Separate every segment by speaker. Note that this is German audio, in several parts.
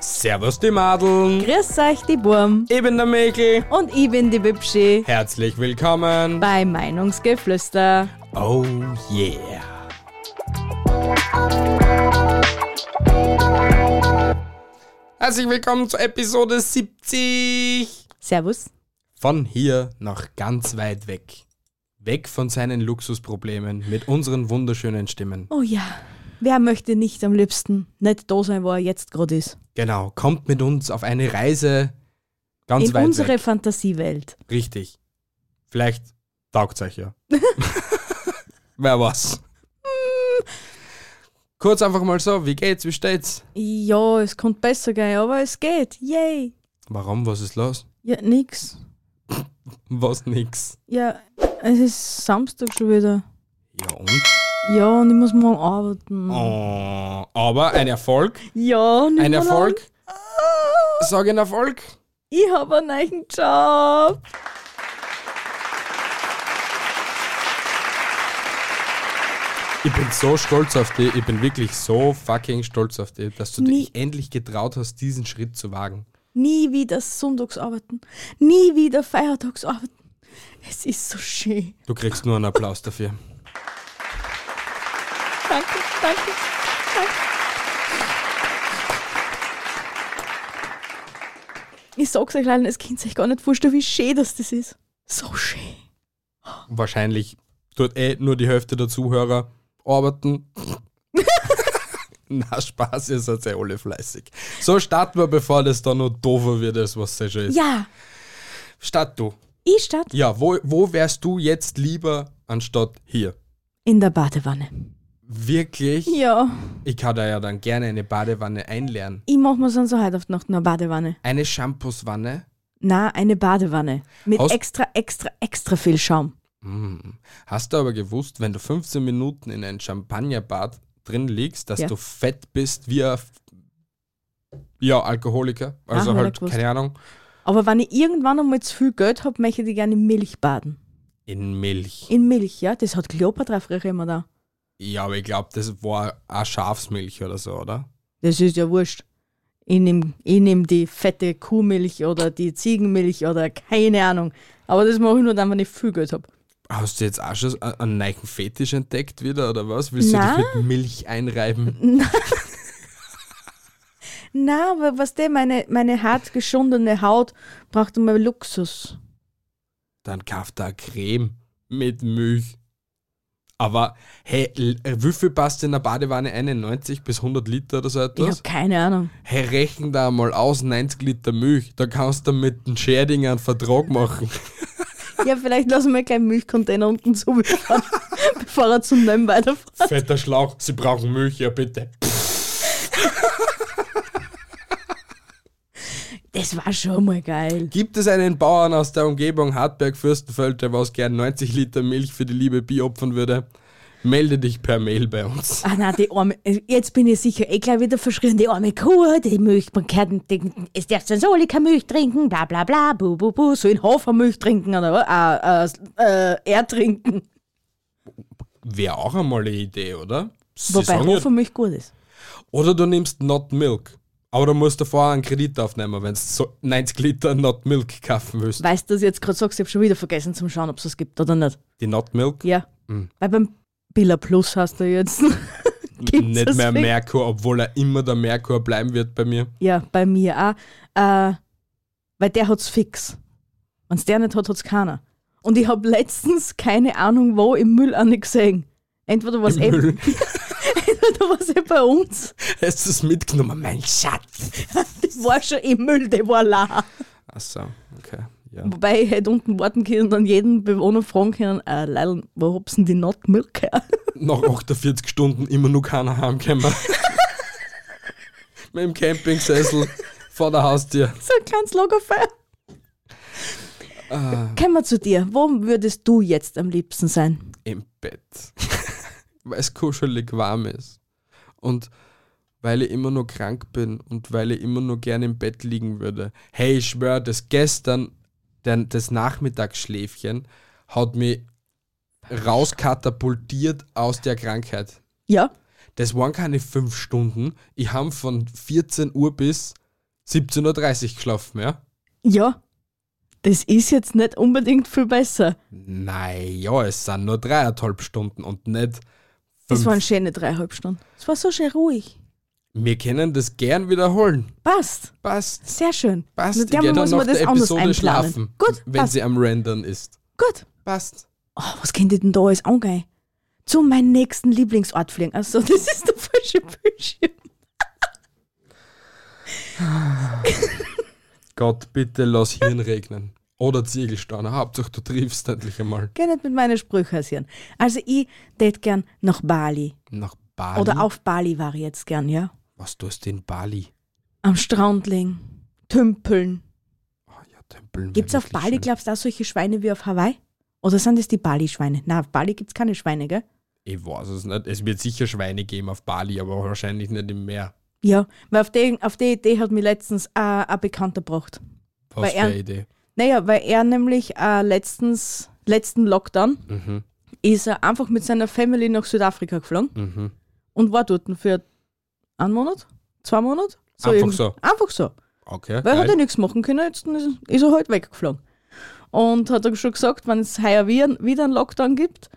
Speaker 1: Servus die Madeln.
Speaker 2: Grüß euch, die Burm.
Speaker 1: Ich bin der Mäkel.
Speaker 2: Und ich bin die Bibschi.
Speaker 1: Herzlich willkommen.
Speaker 2: Bei Meinungsgeflüster.
Speaker 1: Oh yeah. Herzlich willkommen zur Episode 70.
Speaker 2: Servus.
Speaker 1: Von hier nach ganz weit weg. Weg von seinen Luxusproblemen mit unseren wunderschönen Stimmen.
Speaker 2: Oh ja. Wer möchte nicht am liebsten nicht da sein, wo er jetzt gerade ist?
Speaker 1: Genau, kommt mit uns auf eine Reise ganz
Speaker 2: In
Speaker 1: weit
Speaker 2: unsere
Speaker 1: weg.
Speaker 2: Fantasiewelt.
Speaker 1: Richtig. Vielleicht taugt euch ja. Wer was? Mm. Kurz einfach mal so, wie geht's, wie steht's?
Speaker 2: Ja, es könnte besser gehen, aber es geht. Yay.
Speaker 1: Warum, was ist los?
Speaker 2: Ja, nix.
Speaker 1: Was nix.
Speaker 2: Ja, es ist Samstag schon wieder.
Speaker 1: Ja und?
Speaker 2: Ja, und ich muss morgen arbeiten.
Speaker 1: Oh, aber ein Erfolg,
Speaker 2: Ja, nicht
Speaker 1: ein
Speaker 2: mehr
Speaker 1: Erfolg,
Speaker 2: lang. Ah,
Speaker 1: sag ein Erfolg.
Speaker 2: Ich habe einen neuen Job.
Speaker 1: Ich bin so stolz auf dich, ich bin wirklich so fucking stolz auf dich, dass du
Speaker 2: Nie-
Speaker 1: dich endlich getraut hast, diesen Schritt zu wagen.
Speaker 2: Nie wieder Sonntagsarbeiten. Nie wieder Feiertagsarbeiten. Es ist so schön.
Speaker 1: Du kriegst nur einen Applaus dafür.
Speaker 2: Danke, danke. Ich sag's euch leider, es könnt sich gar nicht vorstellen, wie schön das, das ist. So schön.
Speaker 1: wahrscheinlich tut eh nur die Hälfte der Zuhörer arbeiten. Na, Spaß, ihr seid ja alle fleißig. So starten wir, bevor das dann noch doofer wird, als was es schon ist.
Speaker 2: Ja,
Speaker 1: Statt du.
Speaker 2: ich statt
Speaker 1: Ja, wo, wo wärst du jetzt lieber anstatt hier?
Speaker 2: in der Badewanne.
Speaker 1: Wirklich?
Speaker 2: Ja,
Speaker 1: Ich kann da ja dann gerne eine Badewanne einlernen.
Speaker 2: ich mach mir sonst so heute auf die Nacht noch eine Badewanne.
Speaker 1: Eine Shampooswanne?
Speaker 2: Na, eine Badewanne. Mit
Speaker 1: Hast-
Speaker 2: extra, extra, extra viel Schaum.
Speaker 1: Hm. Hast du aber gewusst, wenn du 15 Minuten in ein Champagnerbad drin liegst, dass
Speaker 2: Ja.
Speaker 1: du fett bist wie ein F- ja, Alkoholiker? Also
Speaker 2: hab ich
Speaker 1: halt,
Speaker 2: nicht gewusst.
Speaker 1: keine Ahnung,
Speaker 2: Aber wenn ich irgendwann einmal zu viel Geld habe, möchte ich gerne in Milch baden.
Speaker 1: in Milch.
Speaker 2: In Milch, ja, das hat Kleopatra früher immer da.
Speaker 1: Ja, aber ich glaube, das war auch Schafsmilch oder so, oder?
Speaker 2: Das ist ja wurscht. Ich nehme ich nehm die fette Kuhmilch oder die Ziegenmilch oder keine Ahnung. Aber das mache ich nur dann, wenn ich viel Geld habe.
Speaker 1: Hast du jetzt auch schon a- einen neuen Fetisch entdeckt wieder, oder was? Willst du
Speaker 2: Na.
Speaker 1: dich mit Milch einreiben?
Speaker 2: Na, aber was der meine, meine hart geschundene Haut braucht immer Luxus.
Speaker 1: Dann kauf da Creme mit Milch. Aber, hey, l- wie viel passt in der Badewanne ein? 90 bis 100 Liter oder so
Speaker 2: Ich
Speaker 1: etwas?
Speaker 2: habe keine Ahnung.
Speaker 1: Hey, rechnen da mal aus 90 Liter Milch. Da kannst du mit dem Scherdinger einen Vertrag machen.
Speaker 2: Ja, vielleicht lassen wir gleich einen Milchcontainer unten zu, bevor, bevor er zum Neuen weiterfährt.
Speaker 1: Fetter Schlauch, Sie brauchen Milch, ja bitte.
Speaker 2: Das war schon mal geil.
Speaker 1: Gibt es einen Bauern aus der Umgebung Hartberg-Fürstenfeld, der was gern 90 Liter Milch für die liebe Bi opfern würde? Melde dich per Mail bei uns.
Speaker 2: Ah nein, die arme, jetzt bin ich sicher eh gleich wieder verschrien, die arme Kuh, die Milch, man kann, die, es darf sonst alle keine Milch trinken, bla bla bla, bu bu bu, so in Hafermilch trinken oder was? äh, äh, er trinken.
Speaker 1: Wäre auch einmal eine Idee, oder? Sie
Speaker 2: Wobei
Speaker 1: sagen ja-
Speaker 2: Hafermilch gut ist.
Speaker 1: oder du nimmst Not Milk. Aber du musst davor einen Kredit aufnehmen, wenn du so 90 Liter Not Milk kaufen willst.
Speaker 2: Weißt du, dass ich jetzt gerade sagst, ich habe schon wieder vergessen zum Schauen, ob es gibt oder nicht.
Speaker 1: Die Not Milk?
Speaker 2: Ja.
Speaker 1: Hm.
Speaker 2: Weil beim Billa Plus hast du jetzt. Gibt's
Speaker 1: Nicht
Speaker 2: das
Speaker 1: mehr
Speaker 2: wirklich?
Speaker 1: Merkur, obwohl er immer der Merkur bleiben wird bei mir.
Speaker 2: Ja, bei mir auch. Äh, weil der hat's fix. Wenn's der nicht hat, hat's keiner. Und ich habe letztens keine Ahnung wo im Müll auch nicht gesehen. Entweder was
Speaker 1: Im
Speaker 2: eh,
Speaker 1: Müll.
Speaker 2: entweder was eh bei uns,
Speaker 1: Hast du es mitgenommen, mein Schatz?
Speaker 2: die war schon im Müll, die war la.
Speaker 1: Achso, okay. Ja.
Speaker 2: Wobei ich hätte unten warten können und dann jeden Bewohner fragen können, äh, Leil, wo hab's denn die Not Milk her?
Speaker 1: Nach 48 Stunden immer noch keiner heimgekommen. Mit dem Campingsessel vor der Haustür.
Speaker 2: so ein kleines Lagerfeuer.
Speaker 1: Ah,
Speaker 2: Kommen wir zu dir. Wo würdest du jetzt am liebsten sein?
Speaker 1: Im Bett. weil es kuschelig warm ist. Und weil ich immer nur krank bin und weil ich immer nur gerne im Bett liegen würde. Hey, ich schwör, das gestern, denn das Nachmittagsschläfchen hat mich rauskatapultiert aus der Krankheit.
Speaker 2: Ja,
Speaker 1: Das waren keine fünf Stunden. Ich habe von 14 Uhr bis 17.30 Uhr geschlafen, ja?
Speaker 2: Ja, das ist jetzt nicht unbedingt viel besser.
Speaker 1: Naja, es sind nur dreieinhalb Stunden und nicht
Speaker 2: Es
Speaker 1: fünf.
Speaker 2: waren schöne dreieinhalb Stunden. Es war so schön ruhig.
Speaker 1: Wir können das gern wiederholen.
Speaker 2: Passt.
Speaker 1: Passt.
Speaker 2: Sehr schön.
Speaker 1: Passt.
Speaker 2: Nur derweil
Speaker 1: Ich geh
Speaker 2: muss man das anders einplanen. Gut,
Speaker 1: wenn
Speaker 2: passt.
Speaker 1: sie am Rendern ist.
Speaker 2: Gut.
Speaker 1: Passt.
Speaker 2: Oh, was könnte ich denn da alles angehen? Zu meinem nächsten Lieblingsort fliegen. Achso, das ist der falsche Bildschirm.
Speaker 1: Gott, bitte lass Hirn regnen. Oder Ziegelsteine. Hauptsache, du triffst endlich einmal.
Speaker 2: Geh nicht mit meinen Sprüchen hausieren. Also ich tät gern nach Bali.
Speaker 1: Nach Bali.
Speaker 2: Oder auf Bali war ich jetzt gern, ja.
Speaker 1: Was tust du in Bali?
Speaker 2: Am Strand liegen, tümpeln.
Speaker 1: Oh ja, Tempeln.
Speaker 2: Gibt's auf Bali, glaubst du, auch solche Schweine wie auf Hawaii? Oder sind das die Bali-Schweine? Na, auf Bali gibt's keine Schweine, gell?
Speaker 1: Ich weiß es nicht. Es wird sicher Schweine geben auf Bali, aber wahrscheinlich nicht im Meer.
Speaker 2: Ja, weil auf die, auf die Idee hat mir letztens äh, ein Bekannter gebracht. Bei
Speaker 1: Was für
Speaker 2: Ern-
Speaker 1: eine Idee.
Speaker 2: Naja, weil er nämlich äh, letztens, letzten Lockdown,
Speaker 1: Mhm,
Speaker 2: ist er einfach mit seiner Family nach Südafrika geflogen
Speaker 1: mhm.
Speaker 2: und war dort für einen Monat, zwei Monate.
Speaker 1: Einfach
Speaker 2: irgend-
Speaker 1: so.
Speaker 2: Einfach so.
Speaker 1: Okay.
Speaker 2: Weil er hat
Speaker 1: geil.
Speaker 2: er nichts machen können, jetzt ist ist er halt weggeflogen. Und hat er schon gesagt, wenn es heuer wieder, wieder einen Lockdown gibt,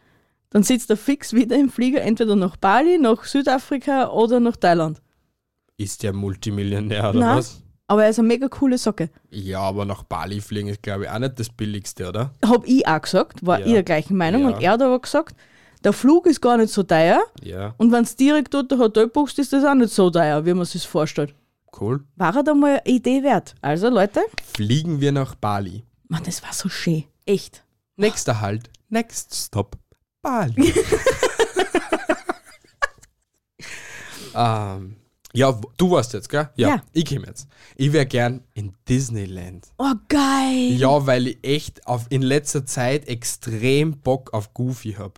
Speaker 2: dann sitzt er fix wieder im Flieger, entweder nach Bali, nach Südafrika oder nach Thailand.
Speaker 1: Ist der Multimillionär oder
Speaker 2: Nein.
Speaker 1: was?
Speaker 2: Aber er ist eine mega coole Socke.
Speaker 1: Ja, aber nach Bali fliegen ist, glaube ich, auch nicht das Billigste, oder?
Speaker 2: Hab ich auch gesagt, war
Speaker 1: Ja.
Speaker 2: ihr der gleichen Meinung.
Speaker 1: Ja.
Speaker 2: Und er hat aber gesagt, der Flug ist gar nicht so teuer
Speaker 1: Ja.
Speaker 2: und wenn es direkt dort ein Hotel buchst, ist das auch nicht so teuer, wie man sich vorstellt.
Speaker 1: Cool.
Speaker 2: War er da mal eine Idee wert? Also Leute,
Speaker 1: Fliegen wir nach Bali.
Speaker 2: Mann, das war so schön. Echt.
Speaker 1: Nächster Halt. Next Stop. Bali. ähm, ja, w- du warst jetzt, gell?
Speaker 2: Ja.
Speaker 1: Ich käme jetzt. Ich wäre gern in Disneyland.
Speaker 2: Oh, geil.
Speaker 1: Ja, weil ich echt auf, in letzter Zeit extrem Bock auf Goofy habe.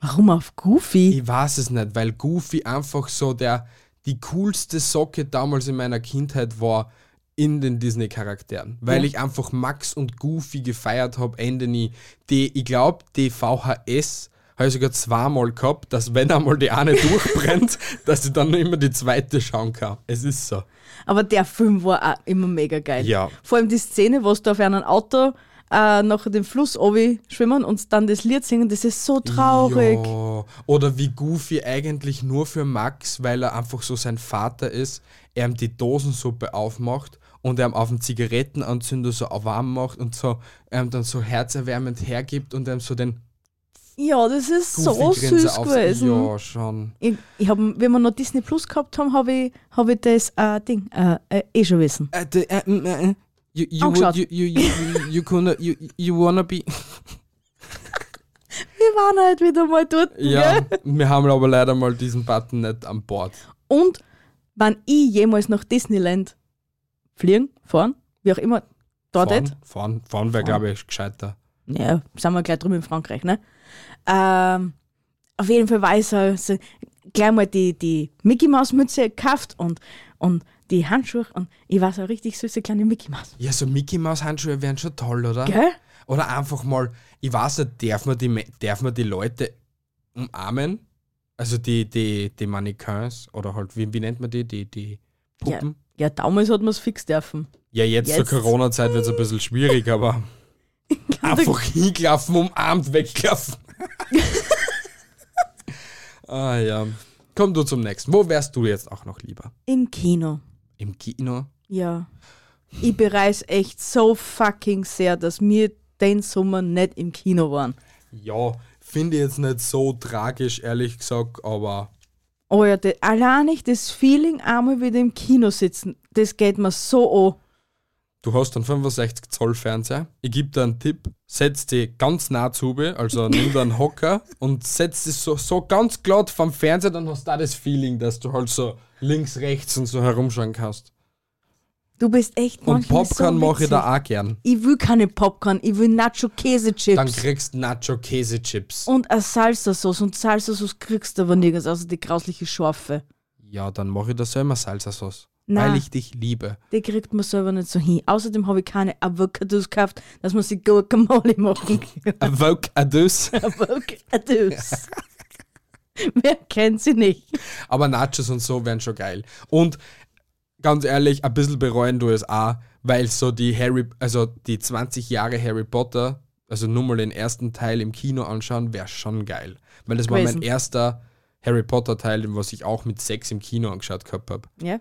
Speaker 2: Warum auf Goofy?
Speaker 1: Ich weiß es nicht, weil Goofy einfach so der die coolste Socke damals in meiner Kindheit war in den Disney-Charakteren, weil
Speaker 2: Ja.
Speaker 1: ich einfach Max und Goofy gefeiert habe, Anthony, die, ich glaube, die VHS habe ich sogar zweimal gehabt, dass wenn einmal die eine durchbrennt, dass ich dann immer die zweite schauen kann. Es ist so.
Speaker 2: Aber der Film war auch immer mega geil.
Speaker 1: Ja.
Speaker 2: Vor allem die Szene, wo du auf einem Auto äh, nach dem Fluss obi schwimmen und dann das Lied singen, das ist so traurig.
Speaker 1: Ja. Oder wie Goofy eigentlich nur für Max, weil er einfach so sein Vater ist, er ihm die Dosensuppe aufmacht und er ihm auf den Zigarettenanzünder so warm macht und so er ihm dann so herzerwärmend hergibt und er ihm so den
Speaker 2: Ja, das ist so
Speaker 1: Goofy-Grinser
Speaker 2: süß
Speaker 1: aufs-
Speaker 2: gewesen.
Speaker 1: Ja, schon.
Speaker 2: Ich, ich hab, wenn wir noch Disney Plus gehabt haben, habe ich, hab ich das äh, Ding äh, äh, eh schon wissen.
Speaker 1: Äh, de- äh, mm, äh, äh. You, you,
Speaker 2: Angeschaut.
Speaker 1: would- you, you, you, you, you, gonna, you, you wanna be.
Speaker 2: Wir waren halt wieder mal dort.
Speaker 1: Ja,
Speaker 2: gell?
Speaker 1: wir haben aber leider mal diesen Button nicht an Bord.
Speaker 2: Und wenn ich jemals nach Disneyland fliegen, fahren, wie auch immer, dort hätte,
Speaker 1: Fahren, fahren, fahren wäre, glaube ich, gescheiter.
Speaker 2: Ja, sind wir gleich drüben in Frankreich, ne? Ähm, auf jeden Fall weiß er, also, gleich mal die, die Mickey Maus Mütze gekauft und, und die Handschuhe und ich war so eine richtig süße kleine Mickey Maus.
Speaker 1: Ja, so Mickey Maus Handschuhe wären schon toll, oder?
Speaker 2: Gell?
Speaker 1: Oder einfach mal, ich weiß nicht, darf man die, Me- darf man die Leute umarmen? Also die, die, die Mannequins oder halt, wie, wie nennt man die? Die, die Puppen?
Speaker 2: Ja, damals hat man es fix dürfen.
Speaker 1: Ja, jetzt, zur
Speaker 2: Jetzt.
Speaker 1: Corona-Zeit wird es ein bisschen schwierig, aber einfach hingelaufen, umarmt, weggelaufen. ah ja. Komm du zum nächsten. Wo wärst du jetzt auch noch lieber?
Speaker 2: Im Kino.
Speaker 1: Im Kino?
Speaker 2: Ja. Ich bereise echt so fucking sehr, dass wir den Sommer nicht im Kino waren.
Speaker 1: Ja, finde ich jetzt nicht so tragisch, ehrlich gesagt, aber
Speaker 2: Oh ja, de, allein ich das Feeling einmal wieder im Kino sitzen, das geht mir so an.
Speaker 1: Du hast einen 65 Zoll Fernseher. Ich gebe dir einen Tipp. Setz die ganz nah zu, also nimm dir einen Hocker und setz dich so, so ganz glatt vom Fernseher, dann hast du auch das Feeling, dass du halt so links, rechts und so herumschauen kannst.
Speaker 2: Du bist echt
Speaker 1: Und
Speaker 2: manchmal
Speaker 1: Popcorn
Speaker 2: so
Speaker 1: mache ich
Speaker 2: witzig.
Speaker 1: da auch gern.
Speaker 2: Ich will keine Popcorn, ich will
Speaker 1: Dann
Speaker 2: Nacho-Käse-Chips.
Speaker 1: kriegst du Nacho-Käse-Chips.
Speaker 2: Und eine Salsa-Sauce. Und Salsa-Sauce kriegst du aber nirgends, außer die grausliche Schorfe.
Speaker 1: Ja, dann mache ich da selber Salsa-Sauce.
Speaker 2: Na.
Speaker 1: Weil ich dich liebe.
Speaker 2: Die kriegt man selber nicht so hin. Außerdem habe ich keine Avocados gekauft, dass man sie Guacamole machen kann.
Speaker 1: Avocados.
Speaker 2: Avocados. Wer kennt sie nicht?
Speaker 1: Aber Nachos und so wären schon geil. Und ganz ehrlich, ein bisschen bereuen du es auch, weil so die Harry, also die 20 Jahre Harry Potter, also nur mal den ersten Teil im Kino anschauen, wäre schon geil. Weil das war
Speaker 2: Gewesen.
Speaker 1: mein erster Harry Potter Teil, den was ich auch mit sechs im Kino angeschaut gehabt habe.
Speaker 2: Ja.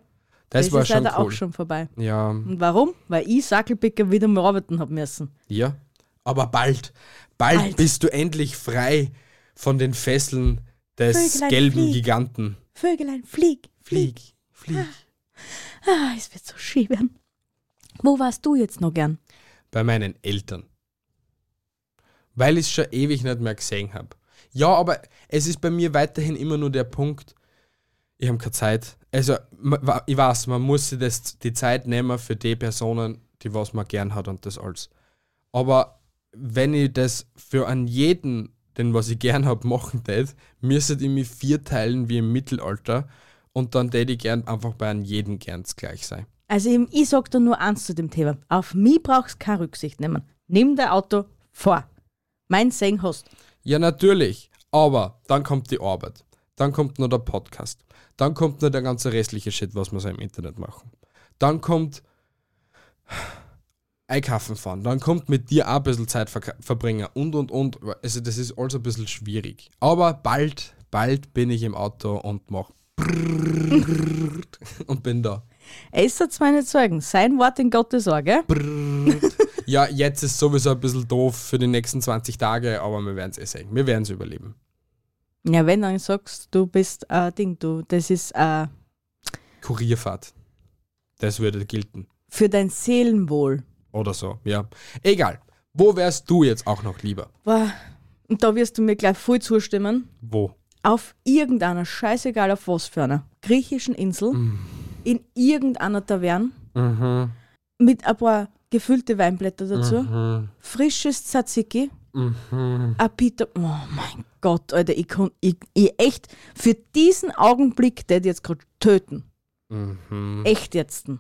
Speaker 1: Das,
Speaker 2: das
Speaker 1: war
Speaker 2: ist
Speaker 1: schon
Speaker 2: leider
Speaker 1: cool.
Speaker 2: auch schon vorbei.
Speaker 1: Ja,
Speaker 2: Und warum? Weil ich Sackelpicker wieder mal arbeiten habe müssen.
Speaker 1: ja. Aber bald, bald,
Speaker 2: Bald.
Speaker 1: bist du endlich frei von den Fesseln des
Speaker 2: Vöglein,
Speaker 1: gelben
Speaker 2: flieg.
Speaker 1: Giganten.
Speaker 2: Vögelein, flieg, flieg.
Speaker 1: Flieg, flieg.
Speaker 2: Ah, es wird so schön werden. Wo warst du jetzt noch gern?
Speaker 1: bei meinen Eltern. Weil ich es schon ewig nicht mehr gesehen habe. Ja, aber es ist bei mir weiterhin immer nur der Punkt, ich habe keine Zeit. Also, ma- wa- ich weiß, man muss sich das, die Zeit nehmen für die Personen, die was man gern hat und das alles. Aber wenn ich das für an jeden, den was ich gern habe, machen tät, müsste ich mich vier teilen wie im Mittelalter und dann tät ich gern einfach bei an jeden gern gleich sein.
Speaker 2: Also eben, ich sag da nur eins zu dem Thema. Auf mich brauchst keine Rücksicht nehmen. Nimm dein Auto vor. Mein Seng hast.
Speaker 1: Ja, natürlich. Aber dann kommt die Arbeit. Dann kommt noch der Podcast. Dann kommt noch der ganze restliche Shit, was wir so im Internet machen. Dann kommt Einkaufen fahren. Dann kommt mit dir auch ein bisschen Zeit verk- verbringen und und und. Also, das ist alles ein bisschen schwierig. Aber bald, bald bin ich im Auto und mach und bin da.
Speaker 2: Es hat meine Sorgen. Sein Wort in Gottes Sorge.
Speaker 1: Ja, jetzt ist sowieso ein bisschen doof für die nächsten 20 Tage, aber wir werden es eh sehen. Wir werden es überleben.
Speaker 2: Ja, wenn dann sagst, du bist äh, Ding, du, das ist äh,
Speaker 1: Kurierfahrt. Das würde gelten.
Speaker 2: für dein Seelenwohl.
Speaker 1: Oder so, ja. Egal. Wo wärst du jetzt auch noch lieber?
Speaker 2: Boah. Und da wirst du mir gleich voll zustimmen.
Speaker 1: Wo?
Speaker 2: Auf irgendeiner, scheißegal auf was für einer, griechischen Insel, in irgendeiner Taverne,
Speaker 1: Mhm.
Speaker 2: mit ein paar gefüllte Weinblätter dazu, frisches Tzatziki,
Speaker 1: Mhm.
Speaker 2: ein Pita. Oh mein Gott, Alter, ich kann, ich, ich echt, für diesen Augenblick, der jetzt gerade töten.
Speaker 1: Mhm.
Speaker 2: Echt jetzt. Oh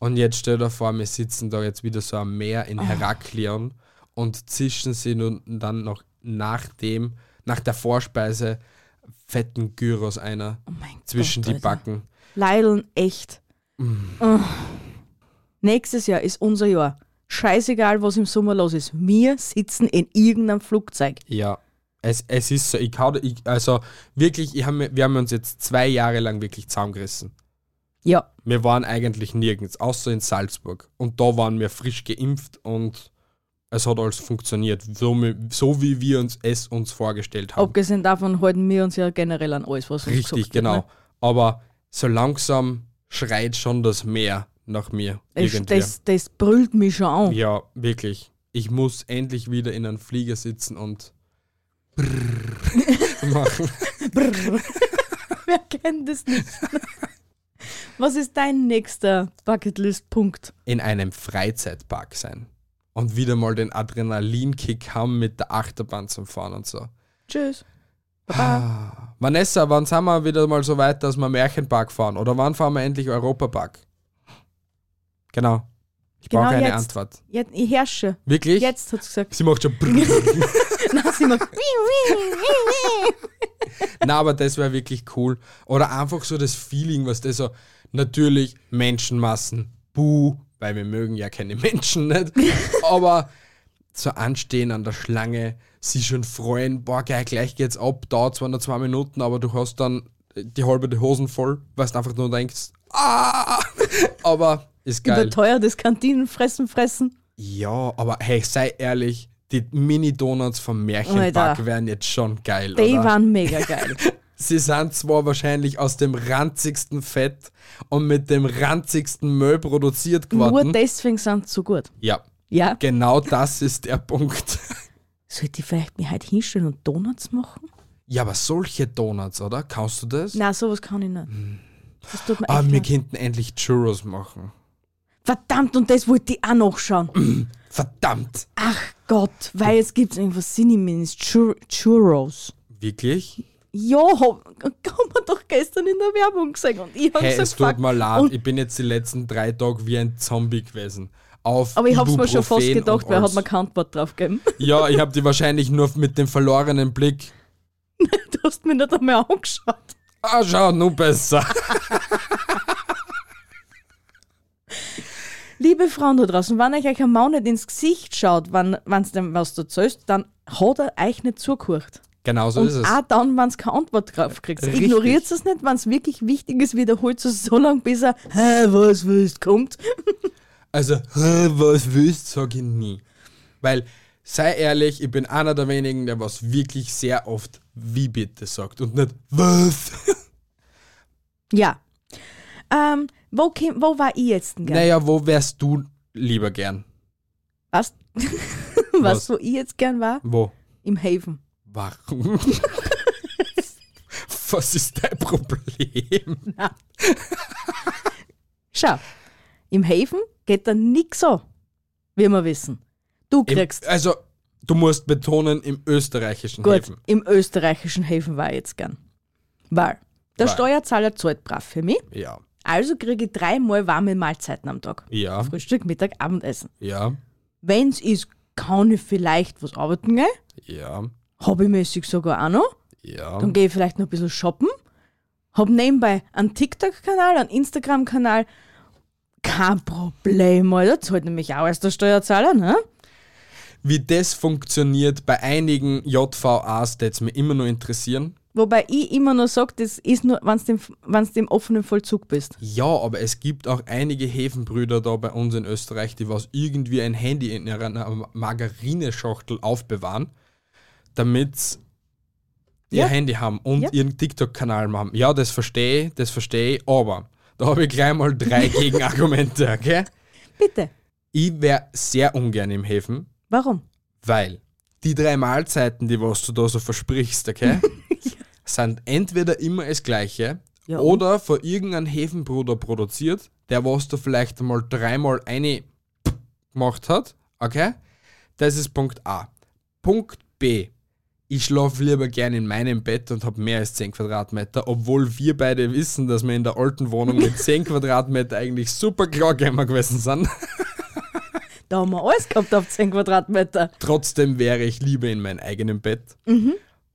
Speaker 1: Und jetzt stell dir vor, wir sitzen da jetzt wieder so am Meer in Heraklion und zischen sie nun dann noch nach dem, nach der Vorspeise fetten Gyros einer
Speaker 2: Oh mein
Speaker 1: zwischen
Speaker 2: Gott,
Speaker 1: die
Speaker 2: Alter.
Speaker 1: Backen.
Speaker 2: Leideln echt.
Speaker 1: Mm.
Speaker 2: Oh. Nächstes Jahr ist unser Jahr. Scheißegal, was im Sommer los ist. Wir sitzen in irgendeinem Flugzeug.
Speaker 1: Ja, es, es ist so, ich kann, da- ich, also wirklich, ich hab, mir- wir haben uns jetzt zwei Jahre lang wirklich zusammengerissen.
Speaker 2: Ja,
Speaker 1: Wir waren eigentlich nirgends, außer in Salzburg. Und da waren wir frisch geimpft und es hat alles funktioniert, so, mi- so wie wir uns es uns vorgestellt haben.
Speaker 2: abgesehen davon halten wir uns ja generell an alles, was uns
Speaker 1: Richtig,
Speaker 2: gesagt
Speaker 1: genau.
Speaker 2: Wird, ne?
Speaker 1: Aber so langsam schreit schon das Meer nach mir.
Speaker 2: das,
Speaker 1: Irgendwie.
Speaker 2: das, das brüllt mich schon an.
Speaker 1: Ja, wirklich. Ich muss endlich wieder in einem Flieger sitzen und brrrr machen.
Speaker 2: Brrr. Wer kennt das nicht? was ist dein nächster Bucketlist-Punkt?
Speaker 1: in einem Freizeitpark sein. Und wieder mal den Adrenalinkick haben mit der Achterbahn zum Fahren und so.
Speaker 2: Tschüss. Baba.
Speaker 1: Vanessa, wann sind wir wieder mal so weit, dass wir Märchenpark fahren? Oder wann fahren wir endlich Europapark? Genau. Ich
Speaker 2: Genau
Speaker 1: brauche eine
Speaker 2: jetzt.
Speaker 1: Antwort.
Speaker 2: Jetzt, ich herrsche.
Speaker 1: Wirklich?
Speaker 2: Jetzt hat sie gesagt.
Speaker 1: Sie macht schon. Brrrr.
Speaker 2: Nein, sie macht.
Speaker 1: Na, aber das wäre wirklich cool. Oder einfach so das Feeling, was das so. Natürlich Menschenmassen. Buh, weil wir mögen ja keine Menschen nicht. Aber so anstehen an der Schlange, sich schon freuen, boah, geil, gleich geht's ab, dauert zwar nur zwei Minuten, aber du hast dann die halbe die Hosen voll, weil du einfach nur denkst, ah, aber ist geil.
Speaker 2: Überteuertes Kantinenfressen fressen.
Speaker 1: Ja, aber hey, sei ehrlich, die Mini-Donuts vom Märchenpark
Speaker 2: Alter.
Speaker 1: wären jetzt schon geil,
Speaker 2: Die
Speaker 1: oder?
Speaker 2: waren mega geil.
Speaker 1: Sie sind zwar wahrscheinlich aus dem ranzigsten Fett und mit dem ranzigsten Müll produziert
Speaker 2: Nur
Speaker 1: geworden.
Speaker 2: deswegen sind sie so gut.
Speaker 1: Ja,
Speaker 2: Ja.
Speaker 1: genau das ist der Punkt.
Speaker 2: Sollte ich vielleicht mir heute hinstellen und Donuts machen?
Speaker 1: Ja, aber solche Donuts, oder? Kannst du das?
Speaker 2: Nein, sowas kann ich nicht. Das tut mir
Speaker 1: Ah,
Speaker 2: echt
Speaker 1: wir
Speaker 2: leid.
Speaker 1: könnten endlich Churros machen.
Speaker 2: Verdammt, und das wollte ich auch nachschauen.
Speaker 1: Verdammt!
Speaker 2: Ach Gott, weil jetzt gibt es irgendwas Cinnamons, Chur Churros.
Speaker 1: Wirklich?
Speaker 2: Ja, hab- haben wir doch gestern in der Werbung gesehen. Und ich hab
Speaker 1: Hey,
Speaker 2: gesagt,
Speaker 1: es tut
Speaker 2: fuck.
Speaker 1: mir leid.
Speaker 2: Und,
Speaker 1: Ich bin jetzt die letzten drei Tage wie ein Zombie gewesen. Auf
Speaker 2: aber ich hab's mir schon fast
Speaker 1: Ibuprofen
Speaker 2: gedacht,
Speaker 1: und
Speaker 2: weil hat
Speaker 1: alles.
Speaker 2: mir kein Antwort drauf gegeben.
Speaker 1: Ja, ich hab die wahrscheinlich nur mit dem verlorenen Blick.
Speaker 2: Du hast mich nicht einmal angeschaut.
Speaker 1: Ah, schau, nun besser.
Speaker 2: Liebe Frauen da draußen, wenn euch ein Mann nicht ins Gesicht schaut, wenn wenn's dem was erzählst, dann hat er euch nicht zugehört.
Speaker 1: Genau so
Speaker 2: Und
Speaker 1: ist es.
Speaker 2: auch dann, wenn es keine Antwort drauf kriegt.
Speaker 1: Richtig.
Speaker 2: Ignoriert es nicht, wenn es wirklich wichtig ist, wiederholt es so lange, bis er, hä, was willst, kommt.
Speaker 1: Also, "Hä, was willst, sag ich nie. Weil, sei ehrlich, ich bin einer der wenigen, der was wirklich sehr oft wie bitte sagt und nicht was.
Speaker 2: Ja. Ähm, wo, käm- wo war ich jetzt denn gern?
Speaker 1: Naja, wo wärst du lieber gern?
Speaker 2: Was?
Speaker 1: Was?
Speaker 2: was, wo ich jetzt gern war?
Speaker 1: Wo?
Speaker 2: Im Haven.
Speaker 1: Warum? was ist dein Problem?
Speaker 2: Schau, im Haven geht da nix so, wie wir wissen. Du
Speaker 1: Im-
Speaker 2: kriegst,
Speaker 1: also, du musst betonen, im österreichischen
Speaker 2: gut,
Speaker 1: Häfen.
Speaker 2: im österreichischen Hafen war ich jetzt gern. Weil der
Speaker 1: Weil.
Speaker 2: Steuerzahler zahlt brav für mich,
Speaker 1: Ja,
Speaker 2: also kriege ich dreimal warme Mahlzeiten am Tag.
Speaker 1: ja,
Speaker 2: Frühstück, Mittag, Abendessen.
Speaker 1: ja,
Speaker 2: Wenn's ist, kann ich vielleicht was arbeiten gehen,
Speaker 1: ja,
Speaker 2: hobbymäßig sogar auch noch.
Speaker 1: ja.
Speaker 2: Dann gehe ich vielleicht noch ein bisschen shoppen. Hab nebenbei einen TikTok-Kanal, einen Instagram-Kanal. Kein Problem, Alter. Zahlt nämlich auch als der Steuerzahler, ne?
Speaker 1: Wie das funktioniert bei einigen JVAs, das mir immer nur interessieren.
Speaker 2: Wobei ich immer noch sage, das ist nur, wenn du im, im offenen Vollzug bist.
Speaker 1: Ja, aber es gibt auch einige Hefenbrüder da bei uns in Österreich, die was irgendwie ein Handy in ihrer Margarineschachtel aufbewahren, damit sie ihr
Speaker 2: Ja.
Speaker 1: Handy haben und
Speaker 2: Ja.
Speaker 1: ihren TikTok-Kanal haben. Ja, das verstehe ich, das verstehe ich, aber da habe ich gleich mal drei Gegenargumente, okay?
Speaker 2: Bitte.
Speaker 1: Ich wäre sehr ungern im Häfen,
Speaker 2: Warum?
Speaker 1: weil die drei Mahlzeiten, die was du da so versprichst, okay, sind entweder immer das gleiche
Speaker 2: Ja, und?
Speaker 1: oder von irgendeinem Hefenbruder produziert, der was da vielleicht einmal dreimal eine gemacht hat, okay? Das ist Punkt A. Punkt B. Ich schlafe lieber gern in meinem Bett und habe mehr als 10 Quadratmeter, obwohl wir beide wissen, dass wir in der alten Wohnung mit 10 Quadratmeter eigentlich super Klargamer gewesen sind.
Speaker 2: Da haben wir alles gehabt auf 10 Quadratmeter.
Speaker 1: Trotzdem wäre ich lieber in meinem eigenen Bett.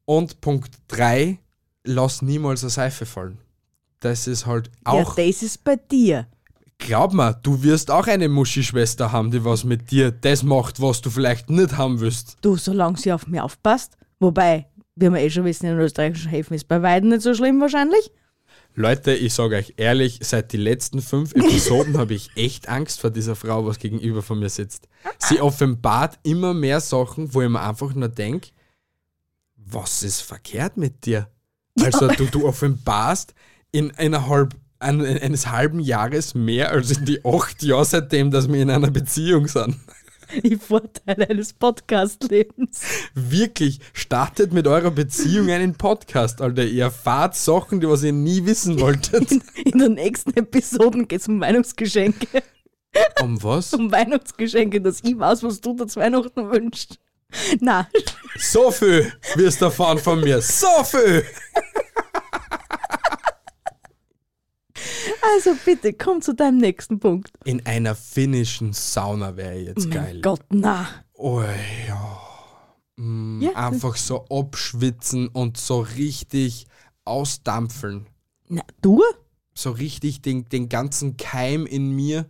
Speaker 1: Und Punkt 3, lass niemals eine Seife fallen. Das ist halt auch.
Speaker 2: Ja, das ist bei dir.
Speaker 1: Glaub mir, du wirst auch eine Muschi-Schwester haben, die was mit dir das macht, was du vielleicht nicht haben willst.
Speaker 2: Du, solange sie auf mich aufpasst. Wobei, wie wir eh schon wissen, in österreichischen Häfen ist bei Weiden nicht so schlimm wahrscheinlich.
Speaker 1: Leute, ich sage euch ehrlich, seit den letzten fünf Episoden habe ich echt Angst vor dieser Frau, was gegenüber von mir sitzt. Sie offenbart immer mehr Sachen, wo ich mir einfach nur denke, was ist verkehrt mit dir? Also du, du offenbarst in einer halb, ein, eines halben Jahres mehr als in die acht Jahre, seitdem dass wir in einer Beziehung sind.
Speaker 2: Die Vorteile eines Podcast-Lebens.
Speaker 1: Wirklich, startet mit eurer Beziehung einen Podcast, Alter. Ihr erfahrt Sachen, die was ihr nie wissen wolltet.
Speaker 2: In, in den nächsten Episoden geht es um Weihnachtsgeschenke.
Speaker 1: um was?
Speaker 2: Um Weihnachtsgeschenke, dass ich weiß, was du dir zu Weihnachten wünschst. Na,
Speaker 1: So viel wirst du erfahren von mir. So viel!
Speaker 2: also bitte, komm zu deinem nächsten Punkt.
Speaker 1: In einer finnischen Sauna wäre ich jetzt geil.
Speaker 2: Oh Gott, na.
Speaker 1: Oh ja. Mm,
Speaker 2: Ja, das-
Speaker 1: Einfach so abschwitzen und so richtig ausdampfeln.
Speaker 2: Na, du?
Speaker 1: So richtig den, den ganzen Keim in mir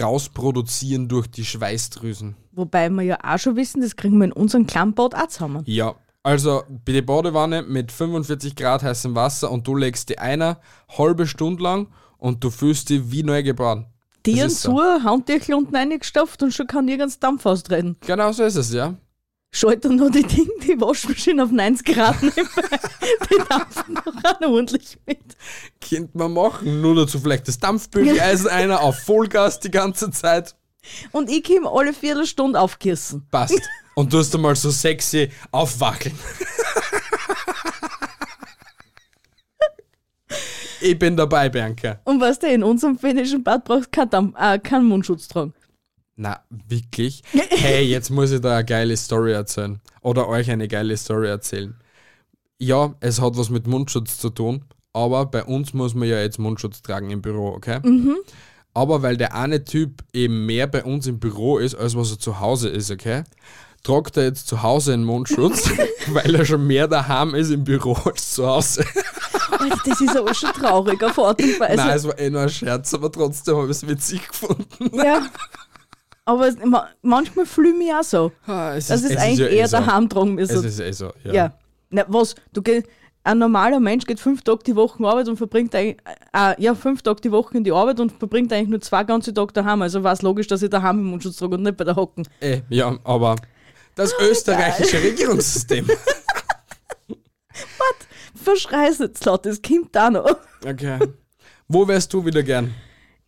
Speaker 1: rausproduzieren durch die Schweißdrüsen.
Speaker 2: Wobei wir ja auch schon wissen, das kriegen wir in unserem kleinen Boot auch zusammen.
Speaker 1: Ja, also die Badewanne mit 45 Grad heißem Wasser und du legst die einer halbe Stunde lang und du fühlst dich wie neu geboren.
Speaker 2: Tieren
Speaker 1: ist so.
Speaker 2: zu, Handtüchel unten reingestopft und schon kann nirgends Dampf austreten.
Speaker 1: Genau so ist es, ja.
Speaker 2: Schalte nur die Ding, die Waschmaschine auf 90 Grad nebenbei. Die dampfen doch auch noch ordentlich mit.
Speaker 1: Könnte man machen. Nur dazu vielleicht das Dampfbügeleisen einer auf Vollgas die ganze Zeit.
Speaker 2: Und ich komme alle Viertelstunde aufkissen.
Speaker 1: Passt. Und du hast einmal so sexy aufwackeln. ich bin dabei, Bianca.
Speaker 2: Und weißt du, in unserem finnischen Bad brauchst du keinen, Dampf, äh, keinen Mundschutz tragen.
Speaker 1: Na, wirklich? Hey, jetzt muss ich da eine geile Story erzählen. Oder euch eine geile Story erzählen. Ja, es hat was mit Mundschutz zu tun, aber bei uns muss man ja jetzt Mundschutz tragen im Büro, okay?
Speaker 2: Mhm.
Speaker 1: Aber weil der eine Typ eben mehr bei uns im Büro ist, als was er zu Hause ist, okay? tragt er jetzt zu Hause einen Mundschutz, weil er schon mehr daheim ist im Büro als zu Hause.
Speaker 2: Alter, das ist aber schon trauriger Fahrt und Weise.
Speaker 1: Nein, es war eh nur ein Scherz, aber trotzdem habe ich es witzig gefunden.
Speaker 2: ja. Aber es- ma manchmal fühle ich mich auch so.
Speaker 1: Ah, es
Speaker 2: Das ist,
Speaker 1: es
Speaker 2: eigentlich
Speaker 1: ja eh
Speaker 2: eher
Speaker 1: so.
Speaker 2: daheim drum
Speaker 1: Es
Speaker 2: müssen.
Speaker 1: ist eh so, ja.
Speaker 2: Ja. Na, was? Du geh, ein normaler Mensch geht fünf Tage die Woche Arbeit und verbringt eigentlich, äh, ja, fünf Tage die Woche in die Arbeit und verbringt eigentlich nur zwei ganze Tage daheim. Also war es logisch, dass ich daheim im Mundschutz trage und nicht bei der Hocken.
Speaker 1: Eh, ja, aber das
Speaker 2: Oh,
Speaker 1: österreichische Regierungssystem.
Speaker 2: Verschreiß jetzt laut, das kommt auch noch.
Speaker 1: Okay. Wo wärst du wieder gern?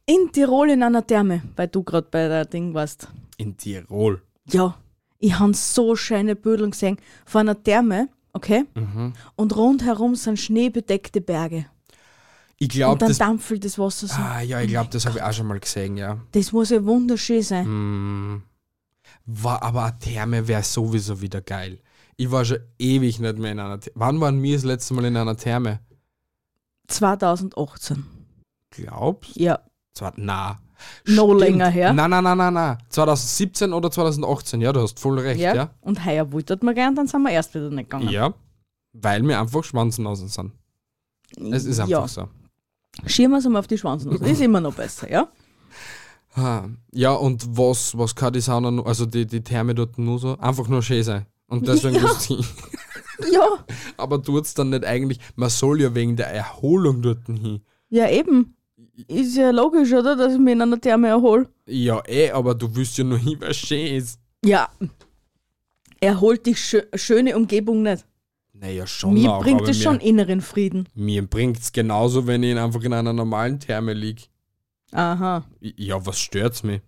Speaker 2: In Tirol in einer Therme, weil du gerade bei der Ding warst.
Speaker 1: In Tirol.
Speaker 2: Ja, ich habe so schöne Bödeln gesehen von einer Therme, okay?
Speaker 1: Mhm.
Speaker 2: Und rundherum sind schneebedeckte Berge.
Speaker 1: Ich glaube,
Speaker 2: und dann
Speaker 1: das.
Speaker 2: dampfelt das Wasser so.
Speaker 1: Ah, ja, ich glaube, das habe ich auch schon mal gesehen, ja. Mm.
Speaker 2: Das muss ja wunderschön
Speaker 1: Mhm.
Speaker 2: sein.
Speaker 1: War aber eine Therme wäre sowieso wieder geil. Ich war schon ewig nicht mehr in einer Therme. Wann waren wir das letzte Mal in einer Therme?
Speaker 2: 2018.
Speaker 1: Glaubst?
Speaker 2: Ja,
Speaker 1: Zwar, na.
Speaker 2: No länger her.
Speaker 1: Na, na, na, na, na. 2017 oder 2018, ja, du hast voll recht,
Speaker 2: ja.
Speaker 1: ja.
Speaker 2: Und heuer wolltet man gern, dann sind wir erst wieder nicht
Speaker 1: Ja.
Speaker 2: gegangen.
Speaker 1: Weil mir einfach Schwanzen aus sind. Es ist einfach
Speaker 2: ja.
Speaker 1: so.
Speaker 2: Schieren wir es einmal auf die Schwanzen. Das ist immer noch besser, ja?
Speaker 1: Ah, Ja, und was, was kann die Sauna, nur- also die, die Therme dort nur so? Einfach nur schön sein. Und deswegen
Speaker 2: Ja.
Speaker 1: willst du hin.
Speaker 2: Ja,
Speaker 1: Aber tut's dann nicht eigentlich, man soll ja wegen der Erholung dort hin.
Speaker 2: ja eben. Ist ja logisch, oder? Dass ich mich in einer Therme erhole.
Speaker 1: Ja, eh, aber du willst ja nur hin, was schön ist.
Speaker 2: Ja. Erholt dich schö schöne Umgebung nicht.
Speaker 1: Naja, schon
Speaker 2: mir
Speaker 1: auch,
Speaker 2: bringt
Speaker 1: aber
Speaker 2: es
Speaker 1: mir,
Speaker 2: schon inneren Frieden.
Speaker 1: Mir bringt's genauso, wenn ich einfach in einer normalen Therme lieg.
Speaker 2: Aha.
Speaker 1: Ja, was stört's mich?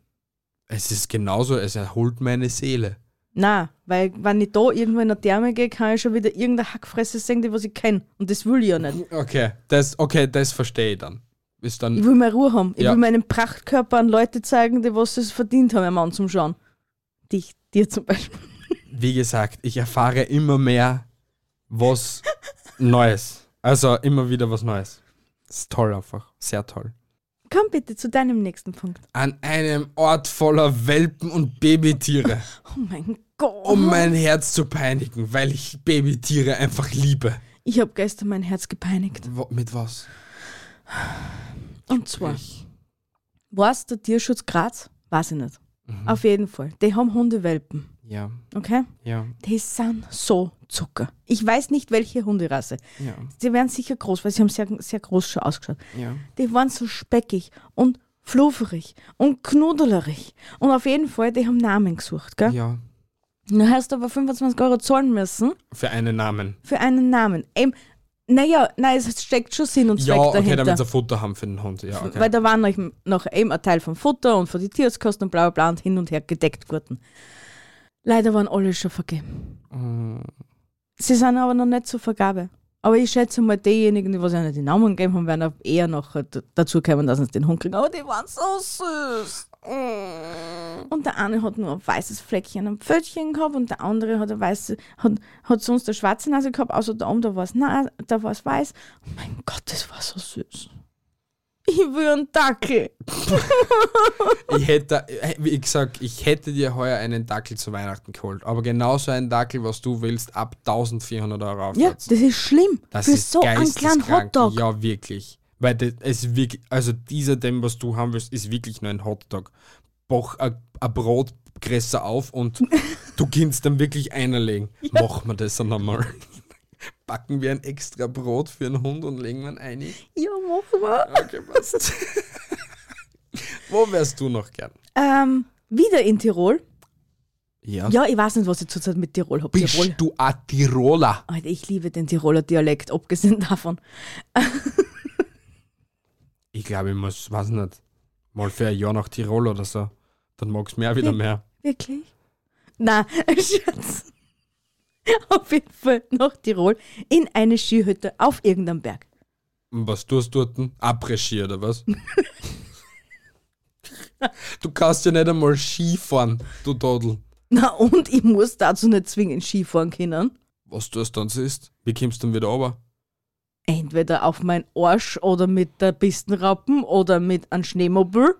Speaker 1: Es ist genauso, es erholt meine Seele.
Speaker 2: Na, weil wenn ich da irgendwo in eine Therme gehe, kann ich schon wieder irgendeine Hackfresse sehen, die was ich kenne. Und das will ich ja nicht.
Speaker 1: Okay, das, okay, das verstehe ich dann. Ist
Speaker 2: Ich
Speaker 1: dann,
Speaker 2: will meine Ruhe haben. Ich
Speaker 1: Ja.
Speaker 2: will meinen Prachtkörper an Leute zeigen, die was es verdient haben, einen Mann zum Schauen. Dich, dir zum Beispiel.
Speaker 1: wie gesagt, ich erfahre immer mehr was Neues. Also immer wieder was Neues. Ist toll einfach, sehr toll.
Speaker 2: Komm bitte zu deinem nächsten Punkt.
Speaker 1: An einem Ort voller Welpen und Babytiere,
Speaker 2: Oh mein Gott.
Speaker 1: um mein Herz zu peinigen, weil ich Babytiere einfach liebe.
Speaker 2: Ich habe gestern mein Herz gepeinigt.
Speaker 1: Wo, mit was?
Speaker 2: Und zwar, war es der Tierschutz Graz? Weiß ich nicht. Auf jeden Fall. Die haben Hundewelpen.
Speaker 1: Ja,
Speaker 2: Okay?
Speaker 1: ja,
Speaker 2: Die sind so Zucker. Ich weiß nicht, welche Hunderasse.
Speaker 1: ja,
Speaker 2: Sie werden sicher groß, weil sie haben sehr, sehr groß schon ausgeschaut.
Speaker 1: ja.
Speaker 2: Die waren so speckig und flufferig und knudelerig. Und auf jeden Fall, die haben Namen gesucht, gell?
Speaker 1: Ja.
Speaker 2: Du hast aber 25 Euro zahlen müssen
Speaker 1: Für einen Namen.
Speaker 2: für einen Namen. Ähm, naja, nein, es steckt schon Sinn und
Speaker 1: Ja,
Speaker 2: Zweck
Speaker 1: okay,
Speaker 2: dahinter.
Speaker 1: damit sie Futter haben für den Hund. Ja, okay.
Speaker 2: Weil da waren noch, noch eben ein Teil vom Futter und von den Tierskosten und bla bla bla und hin und her gedeckt wurden. Leider waren alle schon vergeben.
Speaker 1: Mhm.
Speaker 2: Sie sind aber noch nicht zur Vergabe. Aber ich schätze mal, diejenigen, die was ihnen die Namen gegeben haben, werden auch eher noch äh, d- dazu kommen, dass sie den Hund kriegen. Aber die waren so süß. Und der eine hat nur ein weißes Fleckchen am Pfötchen gehabt und der andere hat, eine weiße, hat, hat sonst eine schwarze Nase gehabt, außer da oben, da war es na- da war's weiß. Oh mein Gott, das war so süß. Ich will einen Dackel.
Speaker 1: Ich hätte, äh, wie gesagt, ich hätte dir heuer einen Dackel zu Weihnachten geholt, aber genauso einen Dackel, was du willst, ab 1400 Euro
Speaker 2: Ja,
Speaker 1: aufwärts.
Speaker 2: das ist schlimm.
Speaker 1: das
Speaker 2: Für
Speaker 1: ist
Speaker 2: so einen kleinen
Speaker 1: geisteskrank.
Speaker 2: Hotdog.
Speaker 1: Ja, wirklich. Weil das, es wirklich, also dieser dem, was du haben willst, ist wirklich nur ein Hotdog. Boch ein ein Brot größer auf und du kannst dann wirklich einerlegen. Machen wir das dann einmal. Backen wir ein extra Brot für einen Hund und legen wir ihn ein.
Speaker 2: Ja, machen wir.
Speaker 1: Okay, passt. Wo wärst du noch gern?
Speaker 2: Ähm, wieder in Tirol.
Speaker 1: Ja.
Speaker 2: Ja, ich weiß nicht, was ich zurzeit mit Tirol habe.
Speaker 1: Bist
Speaker 2: Tirol.
Speaker 1: du ein Tiroler?
Speaker 2: Alter, ich liebe den Tiroler Dialekt, abgesehen davon.
Speaker 1: Ich glaube, ich muss, weiß nicht, mal für ein Jahr nach Tirol oder so. Dann magst du mehr
Speaker 2: Hm.
Speaker 1: wieder mehr.
Speaker 2: Wirklich? Na, Schatz. Auf jeden Fall nach Tirol in eine Skihütte auf irgendeinem Berg.
Speaker 1: Und was tust du dort? Abregie oder was? du kannst ja nicht einmal Ski fahren, du Dodel.
Speaker 2: Na und ich muss dazu nicht zwingend Skifahren können.
Speaker 1: Was du es dann siehst? Wie kommst du dann wieder runter?
Speaker 2: Entweder auf meinen Arsch oder mit der Pistenrappen oder mit einem Schneemobil.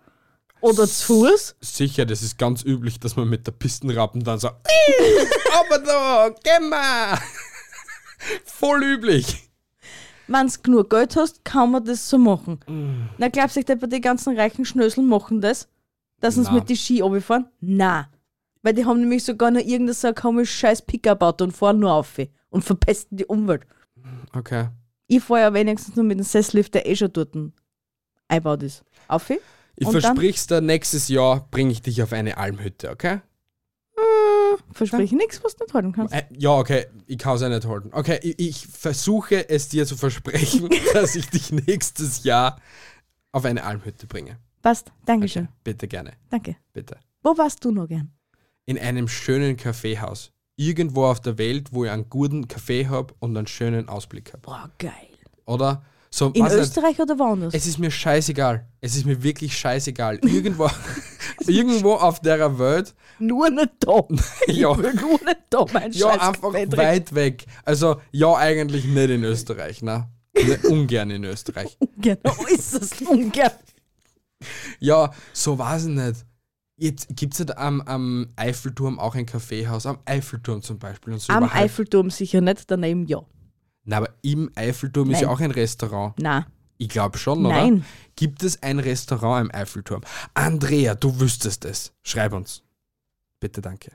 Speaker 2: Oder zu Fuß?
Speaker 1: Sicher, das ist ganz üblich, dass man mit der Pistenrappen dann so, aber da, geh mal. Voll üblich.
Speaker 2: Wenn du genug Geld hast, kann man das so machen.
Speaker 1: Mm.
Speaker 2: Na, glaubst du, etwa die ganzen reichen Schnösel machen das? Dass uns
Speaker 1: Na.
Speaker 2: mit die Ski runterfahren? Na. Weil die haben nämlich sogar noch irgendein so ein komisches scheiß Pickup Auto und fahren nur auf und verpesten die Umwelt.
Speaker 1: Okay.
Speaker 2: Ich fahre ja wenigstens nur mit dem Sessellift, der eh schon dort eingebaut ist. Auf
Speaker 1: Ich
Speaker 2: Und dann-
Speaker 1: versprich's dir, nächstes Jahr bringe ich dich auf eine Almhütte, okay?
Speaker 2: Versprich nichts, was du nicht halten kannst.
Speaker 1: Äh, ja, okay, ich kann es ja nicht halten. Okay, ich, ich versuche es dir zu versprechen, dass ich dich nächstes Jahr auf eine Almhütte bringe.
Speaker 2: Passt. Dankeschön.
Speaker 1: Bitte gerne,
Speaker 2: Danke.
Speaker 1: bitte.
Speaker 2: Wo warst du noch gern?
Speaker 1: In einem schönen Kaffeehaus. Irgendwo auf der Welt, wo ich einen guten Kaffee habe und einen schönen Ausblick habe.
Speaker 2: Boah, geil.
Speaker 1: Oder? So,
Speaker 2: In
Speaker 1: weiß nicht,
Speaker 2: Österreich oder woanders?
Speaker 1: Es ist mir scheißegal. Es ist mir wirklich scheißegal. Irgendwo, irgendwo auf der Welt
Speaker 2: nur nicht da.
Speaker 1: Ja.
Speaker 2: Ich will nur nicht da, mein
Speaker 1: Ja,
Speaker 2: scheiß
Speaker 1: einfach
Speaker 2: Patrick.
Speaker 1: weit weg. Also, ja, eigentlich nicht in Österreich, ne? Ne, Ungern in Österreich.
Speaker 2: Genau, ist das ungern.
Speaker 1: Ja, so weiß ich nicht. Jetzt gibt es halt am, am Eiffelturm auch ein Kaffeehaus, am Eiffelturm zum Beispiel. Und so
Speaker 2: Am
Speaker 1: überall.
Speaker 2: Eiffelturm sicher nicht, daneben ja.
Speaker 1: Na, aber im Eiffelturm ist ja
Speaker 2: Nein.
Speaker 1: auch ein Restaurant.
Speaker 2: Nein.
Speaker 1: Ich glaube schon, oder?
Speaker 2: Nein.
Speaker 1: Gibt es ein Restaurant im Eiffelturm? Andrea, du wüsstest es. Schreib uns. Bitte, danke.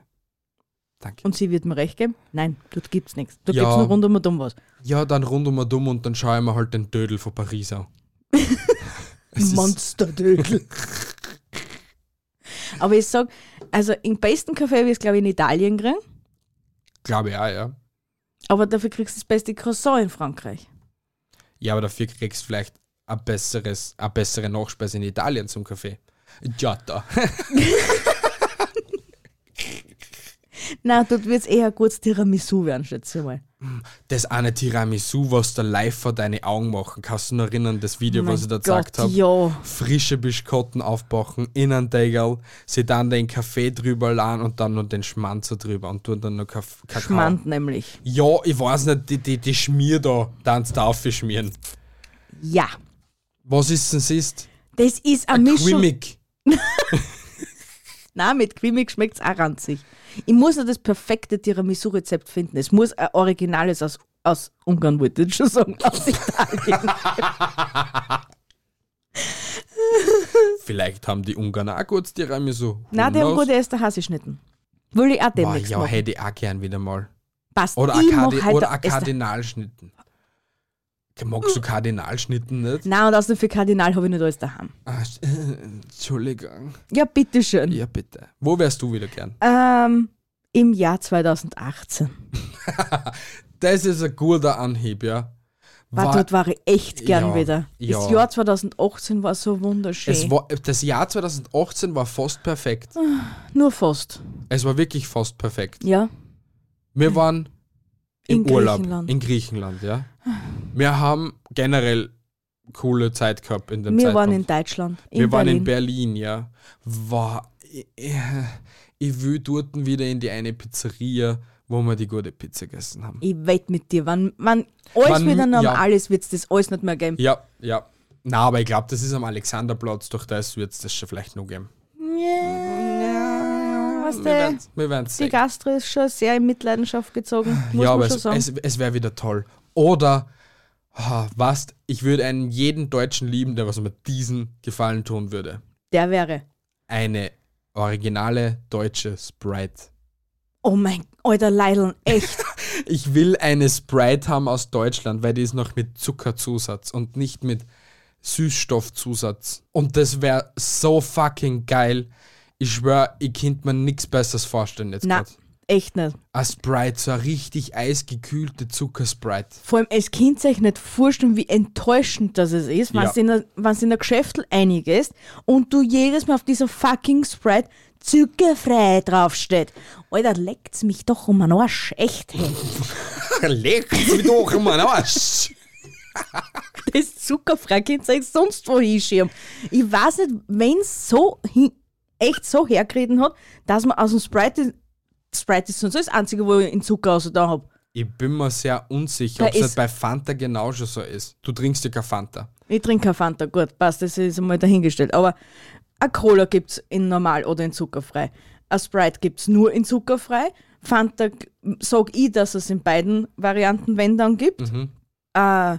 Speaker 1: Danke.
Speaker 2: Und sie wird mir recht geben? Nein, dort gibt's nichts. Dort
Speaker 1: Ja.
Speaker 2: gibt's nur rund um und um was.
Speaker 1: Ja, dann rund um und um und dann schaue ich mir halt den Dödel von Paris an. Es ist-
Speaker 2: Monsterdödel. Aber ich sag, also im besten Kaffee wirst du, glaube ich, in Italien kriegen,
Speaker 1: Glaube ich auch, ja.
Speaker 2: aber dafür kriegst du das beste Croissant in Frankreich.
Speaker 1: Ja, aber dafür kriegst du vielleicht ein besseres, eine bessere Nachspeise in Italien zum Kaffee. Giotto.
Speaker 2: Nein, dort wird's eher ein gutes Tiramisu werden, schätze ich mal.
Speaker 1: Das eine Tiramisu, was der live vor deine Augen machen. Kannst du noch erinnern, das Video,
Speaker 2: Mein
Speaker 1: was ich da
Speaker 2: Gott,
Speaker 1: gesagt habe?
Speaker 2: ja.
Speaker 1: Frische Biskotten aufbacken, in einen Degel, sie dann den Kaffee drüber laden und dann noch den Schmanzer drüber und tun dann noch Kaf Kakao.
Speaker 2: Schmand nämlich.
Speaker 1: Ja, ich weiß nicht, die, die, die Schmier da, dann da aufschmieren.
Speaker 2: Ja.
Speaker 1: Was ist denn ist?
Speaker 2: Das ist eine Mischung.
Speaker 1: Quimic.
Speaker 2: Nein, mit Quimig schmeckt es auch ranzig. Ich muss noch das perfekte Tiramisu-Rezept finden. Es muss ein originales aus, aus Ungarn, wollte ich schon sagen, aus Italien.
Speaker 1: Vielleicht haben die Ungarn auch kurz Tiramisu. Who
Speaker 2: Nein, die haben
Speaker 1: knows?
Speaker 2: gute Esterhasi-Schnitten. Will ich auch
Speaker 1: Boah,
Speaker 2: demnächst
Speaker 1: ja,
Speaker 2: machen.
Speaker 1: hätte ich auch gern wieder mal.
Speaker 2: Passt.
Speaker 1: Oder
Speaker 2: ich
Speaker 1: ein
Speaker 2: mach
Speaker 1: Kardi
Speaker 2: heute
Speaker 1: oder ein
Speaker 2: Ester-
Speaker 1: Kardinalschnitten. Magst du Kardinalschnitten nicht?
Speaker 2: Nein, und außerdem für Kardinal habe ich nicht alles daheim.
Speaker 1: Ah, sch- Entschuldigung.
Speaker 2: Ja, bitteschön.
Speaker 1: Ja, bitte. Wo wärst du wieder gern?
Speaker 2: Ähm, Im Jahr 2018.
Speaker 1: Das ist ein guter Anhieb, ja.
Speaker 2: War,
Speaker 1: War-
Speaker 2: dort war ich echt gern
Speaker 1: Ja,
Speaker 2: wieder.
Speaker 1: ja.
Speaker 2: Das Jahr 2018 war so wunderschön.
Speaker 1: es war, das Jahr 2018 war fast perfekt.
Speaker 2: Nur fast.
Speaker 1: Es war wirklich fast perfekt.
Speaker 2: Ja.
Speaker 1: Wir waren im
Speaker 2: In
Speaker 1: Urlaub
Speaker 2: Griechenland.
Speaker 1: in Griechenland, ja. Wir haben generell coole Zeit gehabt in dem
Speaker 2: Wir
Speaker 1: Zeitraum.
Speaker 2: waren in Deutschland. In
Speaker 1: Wir waren
Speaker 2: Berlin.
Speaker 1: in Berlin, ja. War, ich, ich will dort wieder in die eine Pizzeria, wo wir die gute Pizza gegessen haben.
Speaker 2: Ich wette mit dir, wenn, wenn alles
Speaker 1: Wann-
Speaker 2: wieder normal
Speaker 1: ja.
Speaker 2: alles wird es das alles nicht mehr geben.
Speaker 1: Ja, ja. Na, aber ich glaube, das ist am Alexanderplatz, durch das wird es das schon vielleicht noch geben.
Speaker 2: Weißt
Speaker 1: Wir
Speaker 2: du,
Speaker 1: werden's- wir werden es
Speaker 2: die
Speaker 1: sehen.
Speaker 2: Gastro ist schon sehr in Mitleidenschaft gezogen,
Speaker 1: Ah,
Speaker 2: muss
Speaker 1: Ja, aber
Speaker 2: man schon
Speaker 1: es,
Speaker 2: sagen.
Speaker 1: es, es wäre wieder toll. Oder, ah, was, ich würde einen jeden Deutschen lieben, der was mit diesen Gefallen tun würde.
Speaker 2: Der wäre.
Speaker 1: Eine originale deutsche Sprite.
Speaker 2: Oh mein alter Leideln, echt.
Speaker 1: Ich will eine Sprite haben aus Deutschland, weil die ist noch mit Zuckerzusatz und nicht mit Süßstoffzusatz. Und das wäre so fucking geil. Ich schwör, ich könnte mir nichts Besseres vorstellen jetzt
Speaker 2: Na,
Speaker 1: gerade.
Speaker 2: echt nicht.
Speaker 1: Eine Sprite, so eine richtig eisgekühlte Zuckersprite.
Speaker 2: Vor allem als Kind sich nicht vorstellen, wie enttäuschend das es ist, wenn
Speaker 1: Ja.
Speaker 2: du in der- wenn du in der Geschäftel einig ist und du jedes Mal auf dieser fucking Sprite zuckerfrei draufsteht. Alter, leckt's mich doch um den Arsch. Echt. hey.
Speaker 1: Leckt mich doch in meinen Arsch.
Speaker 2: das zuckerfrei könnt ihr euch sonst wo hinschieben. Ich weiß nicht, wenn es so hin, echt so hergereden hat, dass man aus dem Sprite, Sprite ist sonst das einzige, wo ich in Zucker aus da habe.
Speaker 1: Ich bin mir sehr unsicher,
Speaker 2: Da
Speaker 1: ob es
Speaker 2: ist-
Speaker 1: nicht bei Fanta genauso so ist. Du trinkst ja keine Fanta.
Speaker 2: Ich trinke keine Fanta, gut, passt, das ist einmal dahingestellt. Aber A Cola gibt's in normal oder in zuckerfrei. A Sprite gibt's nur in zuckerfrei. Fanta g- sag ich, dass es in beiden Varianten, wenn dann gibt.
Speaker 1: Mhm.
Speaker 2: Äh,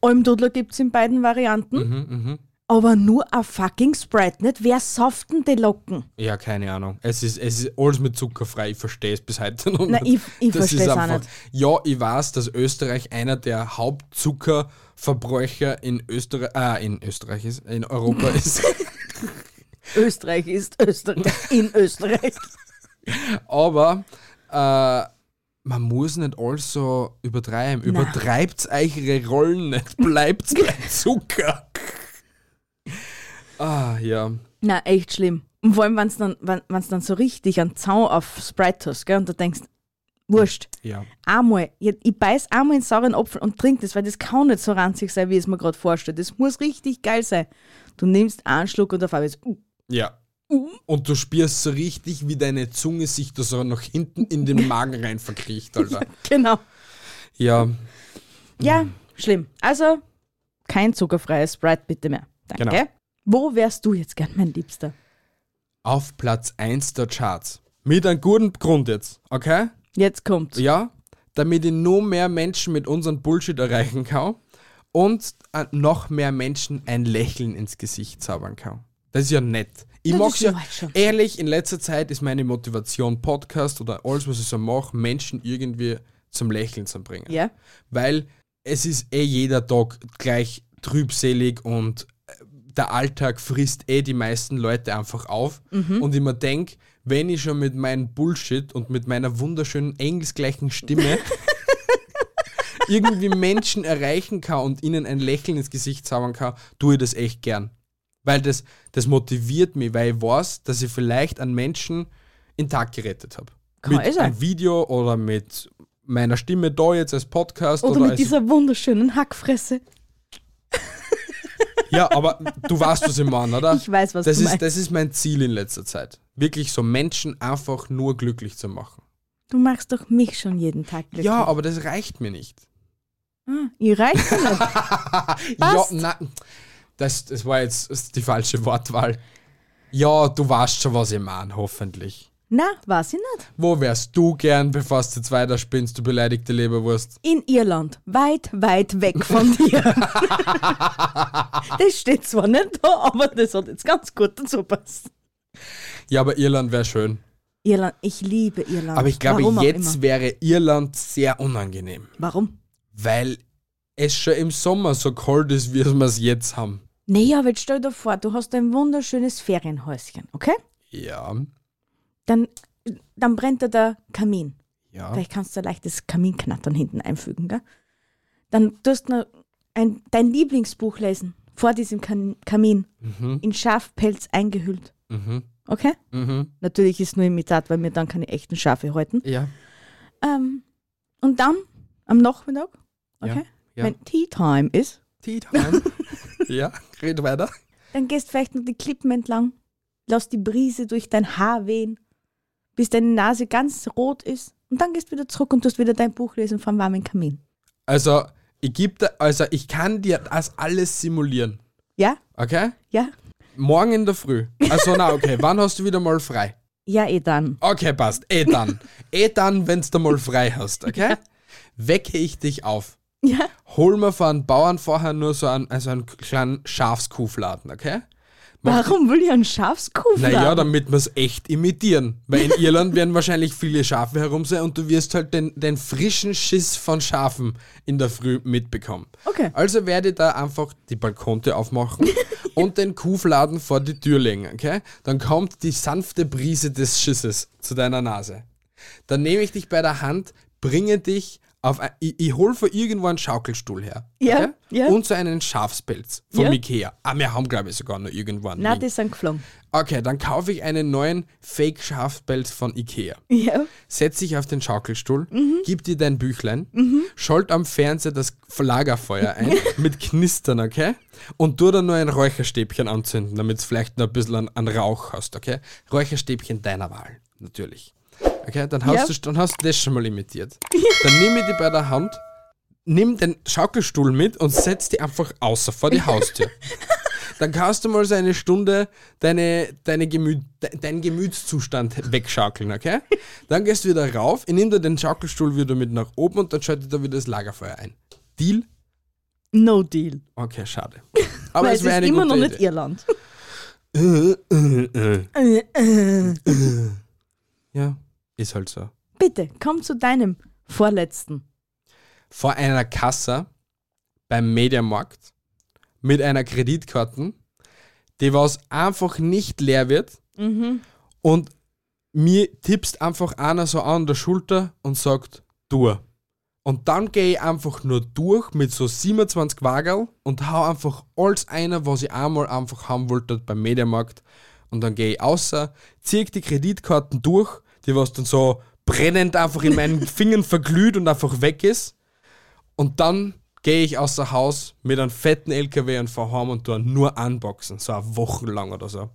Speaker 2: Almdudler gibt's in beiden Varianten.
Speaker 1: Mhm, mhm.
Speaker 2: Aber nur a fucking Sprite nicht. Wer sauft denn die Locken?
Speaker 1: Ja, keine Ahnung. Es ist, es ist alles mit zuckerfrei. Ich verstehe es bis heute noch
Speaker 2: Na, ich- ich
Speaker 1: Das
Speaker 2: versteh's
Speaker 1: ist
Speaker 2: auch
Speaker 1: einfach-
Speaker 2: nicht.
Speaker 1: Ja, ich weiß, dass Österreich einer der Hauptzuckerverbräucher in Österreich, äh, in Österreich ist, in Europa ist.
Speaker 2: Österreich ist Österreich in Österreich.
Speaker 1: Aber äh, man muss nicht alles so übertreiben. Übertreibt eure Rollen nicht. Bleibt bei Zucker. ah, ja.
Speaker 2: Na, echt schlimm. Und vor allem, wenn's dann, wenn, wenn's dann so richtig einen Zaun auf Sprite hast, gell, und du denkst, wurscht,
Speaker 1: Ja.
Speaker 2: einmal, ich, ich beiß einmal einen sauren Apfel und trink das, weil das kann nicht so ranzig sein, wie ich es mir gerade vorstelle. Das muss richtig geil sein. Du nimmst einen Schluck und auf einmal ist, uh,
Speaker 1: Ja. Und du spürst so richtig, wie deine Zunge sich da so nach hinten in den Magen rein verkriecht, Alter.
Speaker 2: genau.
Speaker 1: Ja,
Speaker 2: Ja,
Speaker 1: Mhm.
Speaker 2: schlimm. Also, kein zuckerfreies Sprite bitte mehr. Danke.
Speaker 1: Genau.
Speaker 2: Wo wärst du jetzt gern, mein Liebster?
Speaker 1: auf Platz 1 der Charts. Mit einem guten Grund jetzt, okay?
Speaker 2: Jetzt kommt's.
Speaker 1: Ja, damit ich noch mehr Menschen mit unserem Bullshit erreichen kann und äh, noch mehr Menschen ein Lächeln ins Gesicht zaubern kann. Das ist ja nett. Ich
Speaker 2: Das
Speaker 1: mag's
Speaker 2: ist ja
Speaker 1: ja,
Speaker 2: weit schon.
Speaker 1: ehrlich, in letzter Zeit ist meine Motivation Podcast oder alles, was ich so mache, Menschen irgendwie zum Lächeln zu bringen.
Speaker 2: Ja?
Speaker 1: weil es ist eh jeder Tag gleich trübselig und äh, der Alltag frisst eh die meisten Leute einfach auf.
Speaker 2: Mhm.
Speaker 1: Und ich mir denke, wenn ich schon mit meinem Bullshit und mit meiner wunderschönen engelsgleichen Stimme irgendwie Menschen erreichen kann und ihnen ein Lächeln ins Gesicht zaubern kann, tue ich das echt gern. Weil das, das motiviert mich, weil ich weiß, dass ich vielleicht einen Menschen in den Tag gerettet habe.
Speaker 2: Kann
Speaker 1: Mit
Speaker 2: eh sein.
Speaker 1: einem Video oder mit meiner Stimme da jetzt als Podcast
Speaker 2: Oder,
Speaker 1: oder,
Speaker 2: mit
Speaker 1: als,
Speaker 2: dieser wunderschönen Hackfresse.
Speaker 1: Ja, aber du weißt, was ich meine, oder?
Speaker 2: Ich weiß, was
Speaker 1: das
Speaker 2: du
Speaker 1: ist,
Speaker 2: meinst.
Speaker 1: Das ist mein Ziel in letzter Zeit. Wirklich so Menschen einfach nur glücklich zu machen.
Speaker 2: Du machst doch mich schon jeden Tag glücklich.
Speaker 1: Ja, aber das reicht mir nicht.
Speaker 2: Ah, ihr reicht mir nicht. Passt.
Speaker 1: Ja, nein. Das, das war jetzt die falsche Wortwahl. Ja, du weißt schon, was ich meine, hoffentlich.
Speaker 2: Na, war sie nicht.
Speaker 1: Wo wärst du gern, bevor du jetzt weiter spinnst, du beleidigte Leberwurst?
Speaker 2: In Irland. Weit, weit weg von dir. das steht zwar nicht da, aber das hat jetzt ganz gut dazu passt.
Speaker 1: Ja, aber Irland wäre schön.
Speaker 2: Irland, ich liebe Irland.
Speaker 1: Aber ich glaube,
Speaker 2: Warum auch
Speaker 1: jetzt
Speaker 2: Immer.
Speaker 1: wäre Irland sehr unangenehm.
Speaker 2: Warum?
Speaker 1: weil es schon im Sommer so kalt ist, wie wir es jetzt haben.
Speaker 2: Nee, aber jetzt stell dir vor, du hast ein wunderschönes Ferienhäuschen, okay?
Speaker 1: Ja,
Speaker 2: Dann, dann brennt da der Kamin.
Speaker 1: ja.
Speaker 2: Vielleicht kannst du ein leichtes Kaminknattern hinten einfügen, gell? Dann tust du noch ein, dein Lieblingsbuch lesen, vor diesem kan Kamin, in Schafpelz eingehüllt.
Speaker 1: Mhm.
Speaker 2: Okay?
Speaker 1: Mhm.
Speaker 2: Natürlich ist nur Imitat, weil wir dann keine echten Schafe halten.
Speaker 1: Ja.
Speaker 2: Ähm, und dann am Nachmittag, okay?
Speaker 1: ja.
Speaker 2: Wenn Tea Time ist,
Speaker 1: Tea time. ja, red weiter.
Speaker 2: dann gehst vielleicht noch die Klippen entlang, lass die Brise durch dein Haar wehen, bis deine Nase ganz rot ist. Und dann gehst du wieder zurück und tust wieder dein Buch lesen vom warmen Kamin.
Speaker 1: Also, ich geb dir, also ich kann dir das alles simulieren.
Speaker 2: Ja?
Speaker 1: Okay?
Speaker 2: Ja?
Speaker 1: Morgen in der Früh. Also na, okay. Wann hast du wieder mal frei?
Speaker 2: Ja, eh dann.
Speaker 1: Okay, passt. Eh dann. Eh dann, wenn's da mal frei hast, okay? Wecke ich dich auf.
Speaker 2: Ja.
Speaker 1: Hol mir von Bauern vorher nur so einen, also einen kleinen Schafskufladen, okay?
Speaker 2: Warum will ich einen Schafskopf
Speaker 1: Naja,
Speaker 2: haben?
Speaker 1: damit wir es echt imitieren. Weil in Irland werden wahrscheinlich viele Schafe herum sein und du wirst halt den, den frischen Schiss von Schafen in der Früh mitbekommen.
Speaker 2: Okay.
Speaker 1: Also werde ich da einfach die Balkonte aufmachen und den Kuhfladen vor die Tür legen, okay? Dann kommt die sanfte Brise des Schisses zu deiner Nase. Dann nehme ich dich bei der Hand, bringe dich auf ein, ich, ich hol von irgendwo einen Schaukelstuhl her.
Speaker 2: Ja, ja.
Speaker 1: Und so einen Schafspelz von
Speaker 2: Ja.
Speaker 1: Ikea. Ah, wir haben, glaube ich, sogar noch irgendwann.
Speaker 2: Na, die sind geflogen.
Speaker 1: Okay, dann kaufe ich einen neuen Fake-Schafspelz von Ikea.
Speaker 2: Ja.
Speaker 1: Setz dich auf den Schaukelstuhl, gib dir dein Büchlein, schalt am Fernseher das Lagerfeuer ein mit Knistern, okay? Und tu dann nur ein Räucherstäbchen anzünden, damit es vielleicht noch ein bisschen an, an Rauch hast, okay? Räucherstäbchen deiner Wahl, natürlich. Okay, dann hast,
Speaker 2: Ja.
Speaker 1: du, dann hast du das schon mal imitiert. Dann nimm ich die bei der Hand, nimm den Schaukelstuhl mit und setz die einfach außer vor die Haustür. Dann kannst du mal so eine Stunde deine, deine Gemüt, de, deinen Gemütszustand wegschaukeln, okay? Dann gehst du wieder rauf, ich nimm dir den Schaukelstuhl wieder mit nach oben und dann schaltet er wieder das Lagerfeuer ein. Deal?
Speaker 2: No deal.
Speaker 1: Okay, schade. Aber
Speaker 2: Weil
Speaker 1: es
Speaker 2: es
Speaker 1: wäre
Speaker 2: ist
Speaker 1: eine
Speaker 2: immer noch
Speaker 1: gute
Speaker 2: nicht
Speaker 1: Idee.
Speaker 2: Irland.
Speaker 1: Äh, äh, äh. ja, ist halt so.
Speaker 2: Bitte, komm zu deinem vorletzten.
Speaker 1: vor einer Kasse beim Mediamarkt mit einer Kreditkarte, die was einfach nicht leer wird und mir tippst einfach einer so an der Schulter und sagt, du. Und dann gehe ich einfach nur durch mit so 27 Wagerl und hau einfach alles einer, was ich einmal einfach haben wollte beim Mediamarkt. Und dann gehe ich außer, ziehe die Kreditkarten durch, die was dann so brennend einfach in meinen Fingern verglüht und einfach weg ist. Und dann gehe ich außer Haus mit einem fetten LKW und fahr heim und tu nur unboxen, so eine Woche lang oder so.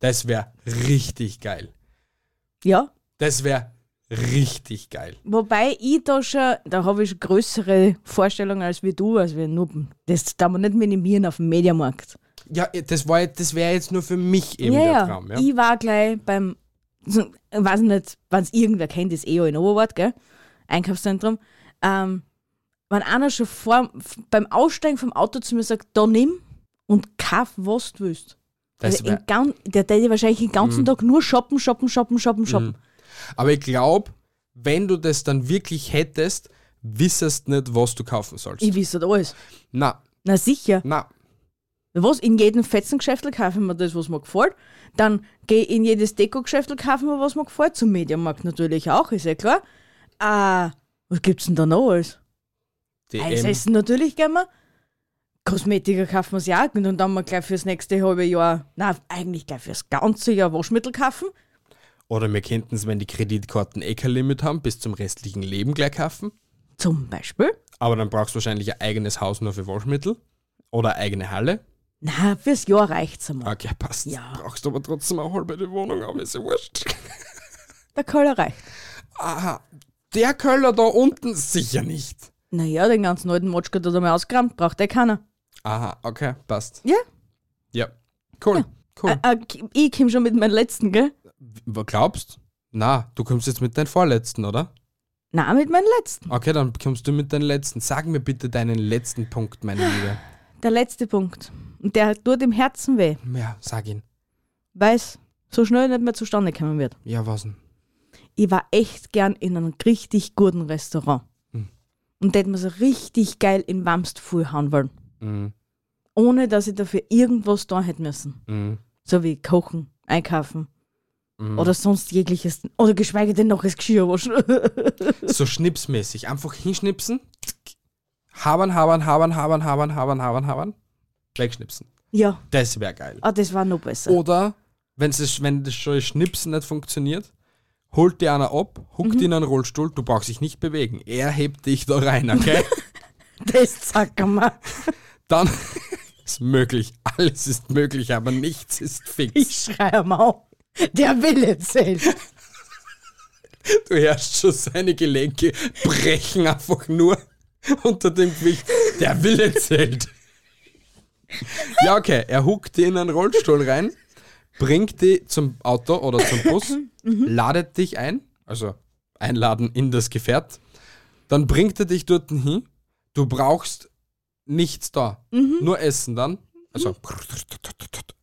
Speaker 1: Das wäre richtig geil.
Speaker 2: Ja,
Speaker 1: Das wäre richtig geil.
Speaker 2: wobei ich da schon, da habe ich schon größere Vorstellungen als wie du, als wir Nuppen. Das darf man nicht minimieren auf dem Mediamarkt.
Speaker 1: Ja, eh, das, war jetzt- das wäre jetzt nur für mich eben der Traum. Ja?
Speaker 2: Ich war gleich beim, so, weiß nicht, wenn es irgendwer kennt, ist eh ja in Oberwart, gell? Einkaufszentrum. Ähm, wenn einer schon vor, f- beim Aussteigen vom Auto zu mir sagt, da nimm und kauf, was du willst.
Speaker 1: Das
Speaker 2: also
Speaker 1: wär, Mhm.
Speaker 2: in gan, der täte wahrscheinlich den ganzen Tag nur shoppen, shoppen, shoppen, shoppen, shoppen.
Speaker 1: aber ich glaube, wenn du das dann wirklich hättest, wissest nicht, was du kaufen sollst.
Speaker 2: Ich wüsste alles.
Speaker 1: Na,
Speaker 2: Na sicher.
Speaker 1: na,
Speaker 2: Was? In jedem Fetzengeschäft kaufe ich mir das, was mir gefällt. Dann gehe ich in jedes Dekogeschäft kaufe ich mir, was mir gefällt. Zum Medienmarkt natürlich auch, ist ja klar. Ah, was gibt's denn da noch alles?
Speaker 1: Also
Speaker 2: Eis
Speaker 1: DM,
Speaker 2: essen natürlich gehen wir. Kosmetika kaufen wir sich auch und dann tun wir gleich fürs nächste halbe Jahr, na eigentlich gleich fürs ganze Jahr Waschmittel kaufen.
Speaker 1: oder wir könnten es, wenn die Kreditkarten Eckerlimit haben, bis zum restlichen Leben gleich kaufen.
Speaker 2: Zum Beispiel.
Speaker 1: Aber dann brauchst du wahrscheinlich ein eigenes Haus nur für Waschmittel oder eine eigene Halle. Ah,
Speaker 2: Na, fürs Jahr reicht's einmal.
Speaker 1: Okay, passt.
Speaker 2: Ja.
Speaker 1: Brauchst du aber trotzdem eine halbe die Wohnung, aber ist ja wurscht.
Speaker 2: Der Köller reicht.
Speaker 1: Aha, der Köller da unten sicher nicht.
Speaker 2: Naja, den ganzen alten Matschka, der da mal ausgerammt, braucht eh keiner.
Speaker 1: Aha, okay, passt.
Speaker 2: Ja.
Speaker 1: Ja, cool, cool.
Speaker 2: Äh, äh, ich komm schon mit meinem letzten, gell?
Speaker 1: W- Glaubst? Na, du kommst jetzt mit deinem Vorletzten, oder?
Speaker 2: Na, mit meinem letzten.
Speaker 1: Okay, dann kommst du mit deinem letzten. Sag mir bitte deinen letzten Punkt, meine Liebe.
Speaker 2: Der letzte Punkt. Und der tut im Herzen weh,
Speaker 1: Ja, sag ihn.
Speaker 2: weil es so schnell nicht mehr zustande kommen wird.
Speaker 1: Ja, was denn?
Speaker 2: Ich war echt gern in einem richtig guten Restaurant.
Speaker 1: Hm.
Speaker 2: Und da hätte man so richtig geil in Wamst haben wollen.
Speaker 1: Mhm.
Speaker 2: Ohne dass ich dafür irgendwas da hätte müssen.
Speaker 1: Mhm.
Speaker 2: So wie kochen, einkaufen
Speaker 1: Mhm.
Speaker 2: oder sonst jegliches. Oder geschweige denn noch das Geschirr waschen.
Speaker 1: So schnipsmäßig. Einfach hinschnipsen. Habern, habern, habern, habern, habern, habern, habern, habern. Wegschnipsen.
Speaker 2: ja,
Speaker 1: Das wäre geil.
Speaker 2: ah, das war noch besser.
Speaker 1: Oder, wenn's es, wenn das schon Schnipsen nicht funktioniert, holt dir einer ab, huckt ihn in einen Rollstuhl, du brauchst dich nicht bewegen. Er hebt dich da rein, okay?
Speaker 2: Das sagt man.
Speaker 1: Dann ist möglich. Alles ist möglich, aber nichts ist fix.
Speaker 2: Ich schreie mal auf. Der Wille zählt.
Speaker 1: Du hörst schon seine Gelenke brechen einfach nur unter dem Gewicht. Der Wille zählt. Ja, okay. Er huckt dich in einen Rollstuhl rein, bringt dich zum Auto oder zum Bus, ladet dich ein, also einladen in das Gefährt. Dann bringt er dich dorthin hin. Du brauchst nichts da.
Speaker 2: Mhm.
Speaker 1: Nur Essen dann. Also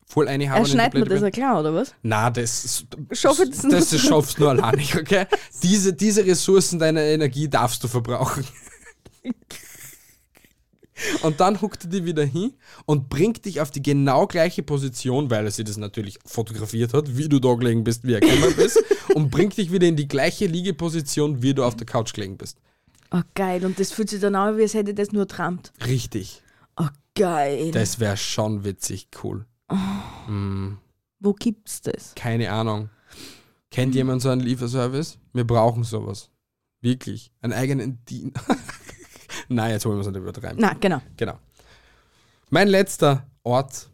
Speaker 1: voll eine
Speaker 2: Er
Speaker 1: Haare.
Speaker 2: schneidet mir das ja klar, oder was?
Speaker 1: Na, das, ist-
Speaker 2: Schaff
Speaker 1: das,
Speaker 2: jetzt nur.
Speaker 1: das schaffst du nur allein nicht, okay? Diese, diese Ressourcen deiner Energie darfst du verbrauchen. Und dann huckt er dich wieder hin und bringt dich auf die genau gleiche Position, weil er sie das natürlich fotografiert hat, wie du da gelegen bist, wie er gekommen bist, und bringt dich wieder in die gleiche Liegeposition, wie du auf der Couch gelegen bist.
Speaker 2: Oh, geil. Und das fühlt sich dann an, wie als hätte ich das nur trampt.
Speaker 1: Richtig.
Speaker 2: Oh, geil.
Speaker 1: Das wäre schon witzig cool.
Speaker 2: Wo gibt's das?
Speaker 1: Keine Ahnung. Kennt jemand so einen Lieferservice? Wir brauchen sowas. Wirklich. Einen eigenen Dienst. Nein, jetzt holen wir uns nicht wieder rein.
Speaker 2: Na, genau.
Speaker 1: Genau. Mein letzter Ort,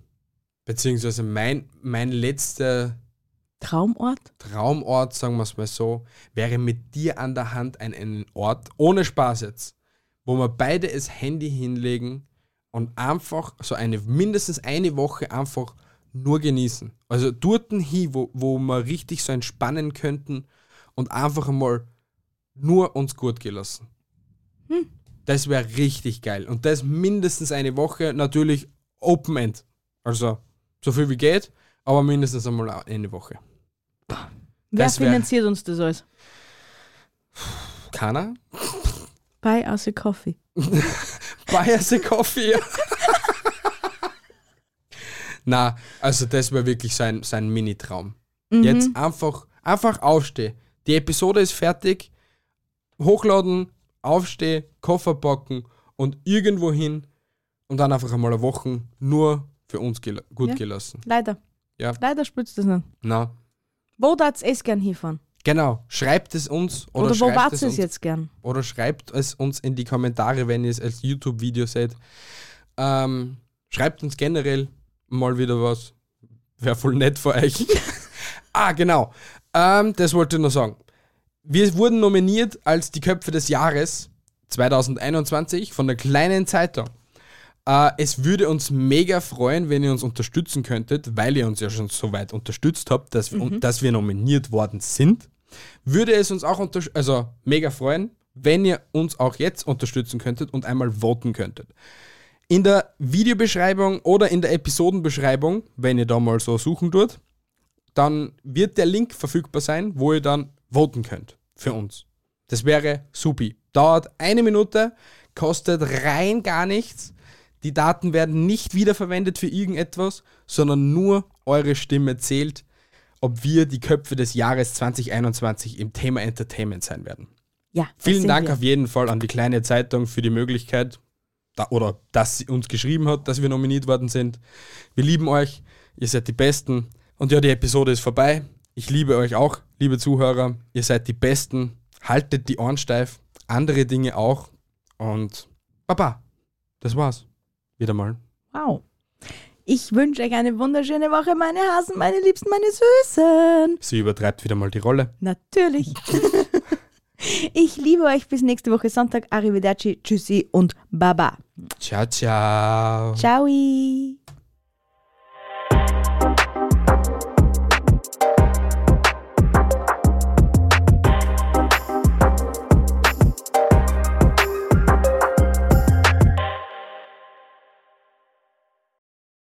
Speaker 1: beziehungsweise mein, mein letzter
Speaker 2: Traumort?
Speaker 1: Traumort, sagen wir es mal so, wäre mit dir an der Hand ein, ein Ort, ohne Spaß jetzt, wo wir beide das Handy hinlegen und einfach so eine, mindestens eine Woche einfach nur genießen. Also dorten hin, wo, wo wir richtig so entspannen könnten und einfach mal nur uns gut gelassen. Das wäre richtig geil. Und das mindestens eine Woche, natürlich Open End. Also so viel wie geht, aber mindestens einmal eine Woche.
Speaker 2: Wer
Speaker 1: Das wär-
Speaker 2: finanziert uns das alles?
Speaker 1: Keiner?
Speaker 2: Buy us a coffee.
Speaker 1: Bayerse Coffee. Na, also das war wirklich sein, sein Mini-Traum.
Speaker 2: Mhm.
Speaker 1: Jetzt einfach, einfach aufstehen. Die Episode ist fertig. Hochladen, aufstehen, Koffer packen und irgendwo hin und dann einfach einmal eine Woche nur für uns gel gut
Speaker 2: Ja.
Speaker 1: gelassen.
Speaker 2: Leider.
Speaker 1: Ja.
Speaker 2: Leider spürst du das nicht.
Speaker 1: Na,
Speaker 2: Wo darfst es gern hinfahren?
Speaker 1: genau. Schreibt es uns oder,
Speaker 2: Oder, wo
Speaker 1: schreibt
Speaker 2: wartest
Speaker 1: es
Speaker 2: du
Speaker 1: uns
Speaker 2: es jetzt gern?
Speaker 1: oder schreibt es uns in die Kommentare, wenn ihr es als YouTube-Video seht. Ähm, schreibt uns generell mal wieder was. Wäre voll nett für euch. ah, genau. Ähm, das wollte ich noch sagen. Wir wurden nominiert als die Köpfe des Jahres 2021 von der kleinen Zeitung. Äh, es würde uns mega freuen, wenn ihr uns unterstützen könntet, weil ihr uns ja schon so weit unterstützt habt, dass, dass wir nominiert worden sind würde es uns auch untersch- also mega freuen, wenn ihr uns auch jetzt unterstützen könntet und einmal voten könntet. In der Videobeschreibung oder in der Episodenbeschreibung, wenn ihr da mal so suchen tut, dann wird der Link verfügbar sein, wo ihr dann voten könnt für uns. Das wäre supi. Dauert eine Minute, kostet rein gar nichts. Die Daten werden nicht wiederverwendet für irgendetwas, sondern nur eure Stimme zählt ob wir die Köpfe des Jahres 2021 im Thema Entertainment sein werden.
Speaker 2: Ja. das
Speaker 1: Vielen
Speaker 2: sind
Speaker 1: Dank
Speaker 2: wir.
Speaker 1: auf jeden Fall an die kleine Zeitung für die Möglichkeit da, oder dass sie uns geschrieben hat, dass wir nominiert worden sind. Wir lieben euch, ihr seid die Besten. Und ja, die Episode ist vorbei. Ich liebe euch auch, liebe Zuhörer. Ihr seid die Besten. Haltet die Ohren steif, andere Dinge auch. Und Papa, das war's. Wieder mal.
Speaker 2: Wow. Ich wünsche euch eine wunderschöne Woche, meine Hasen, meine Liebsten, meine Süßen.
Speaker 1: Sie übertreibt wieder mal die Rolle.
Speaker 2: Natürlich. ich liebe euch. Bis nächste Woche Sonntag. Arrivederci, tschüssi und baba.
Speaker 1: Ciao, ciao.
Speaker 2: Ciao.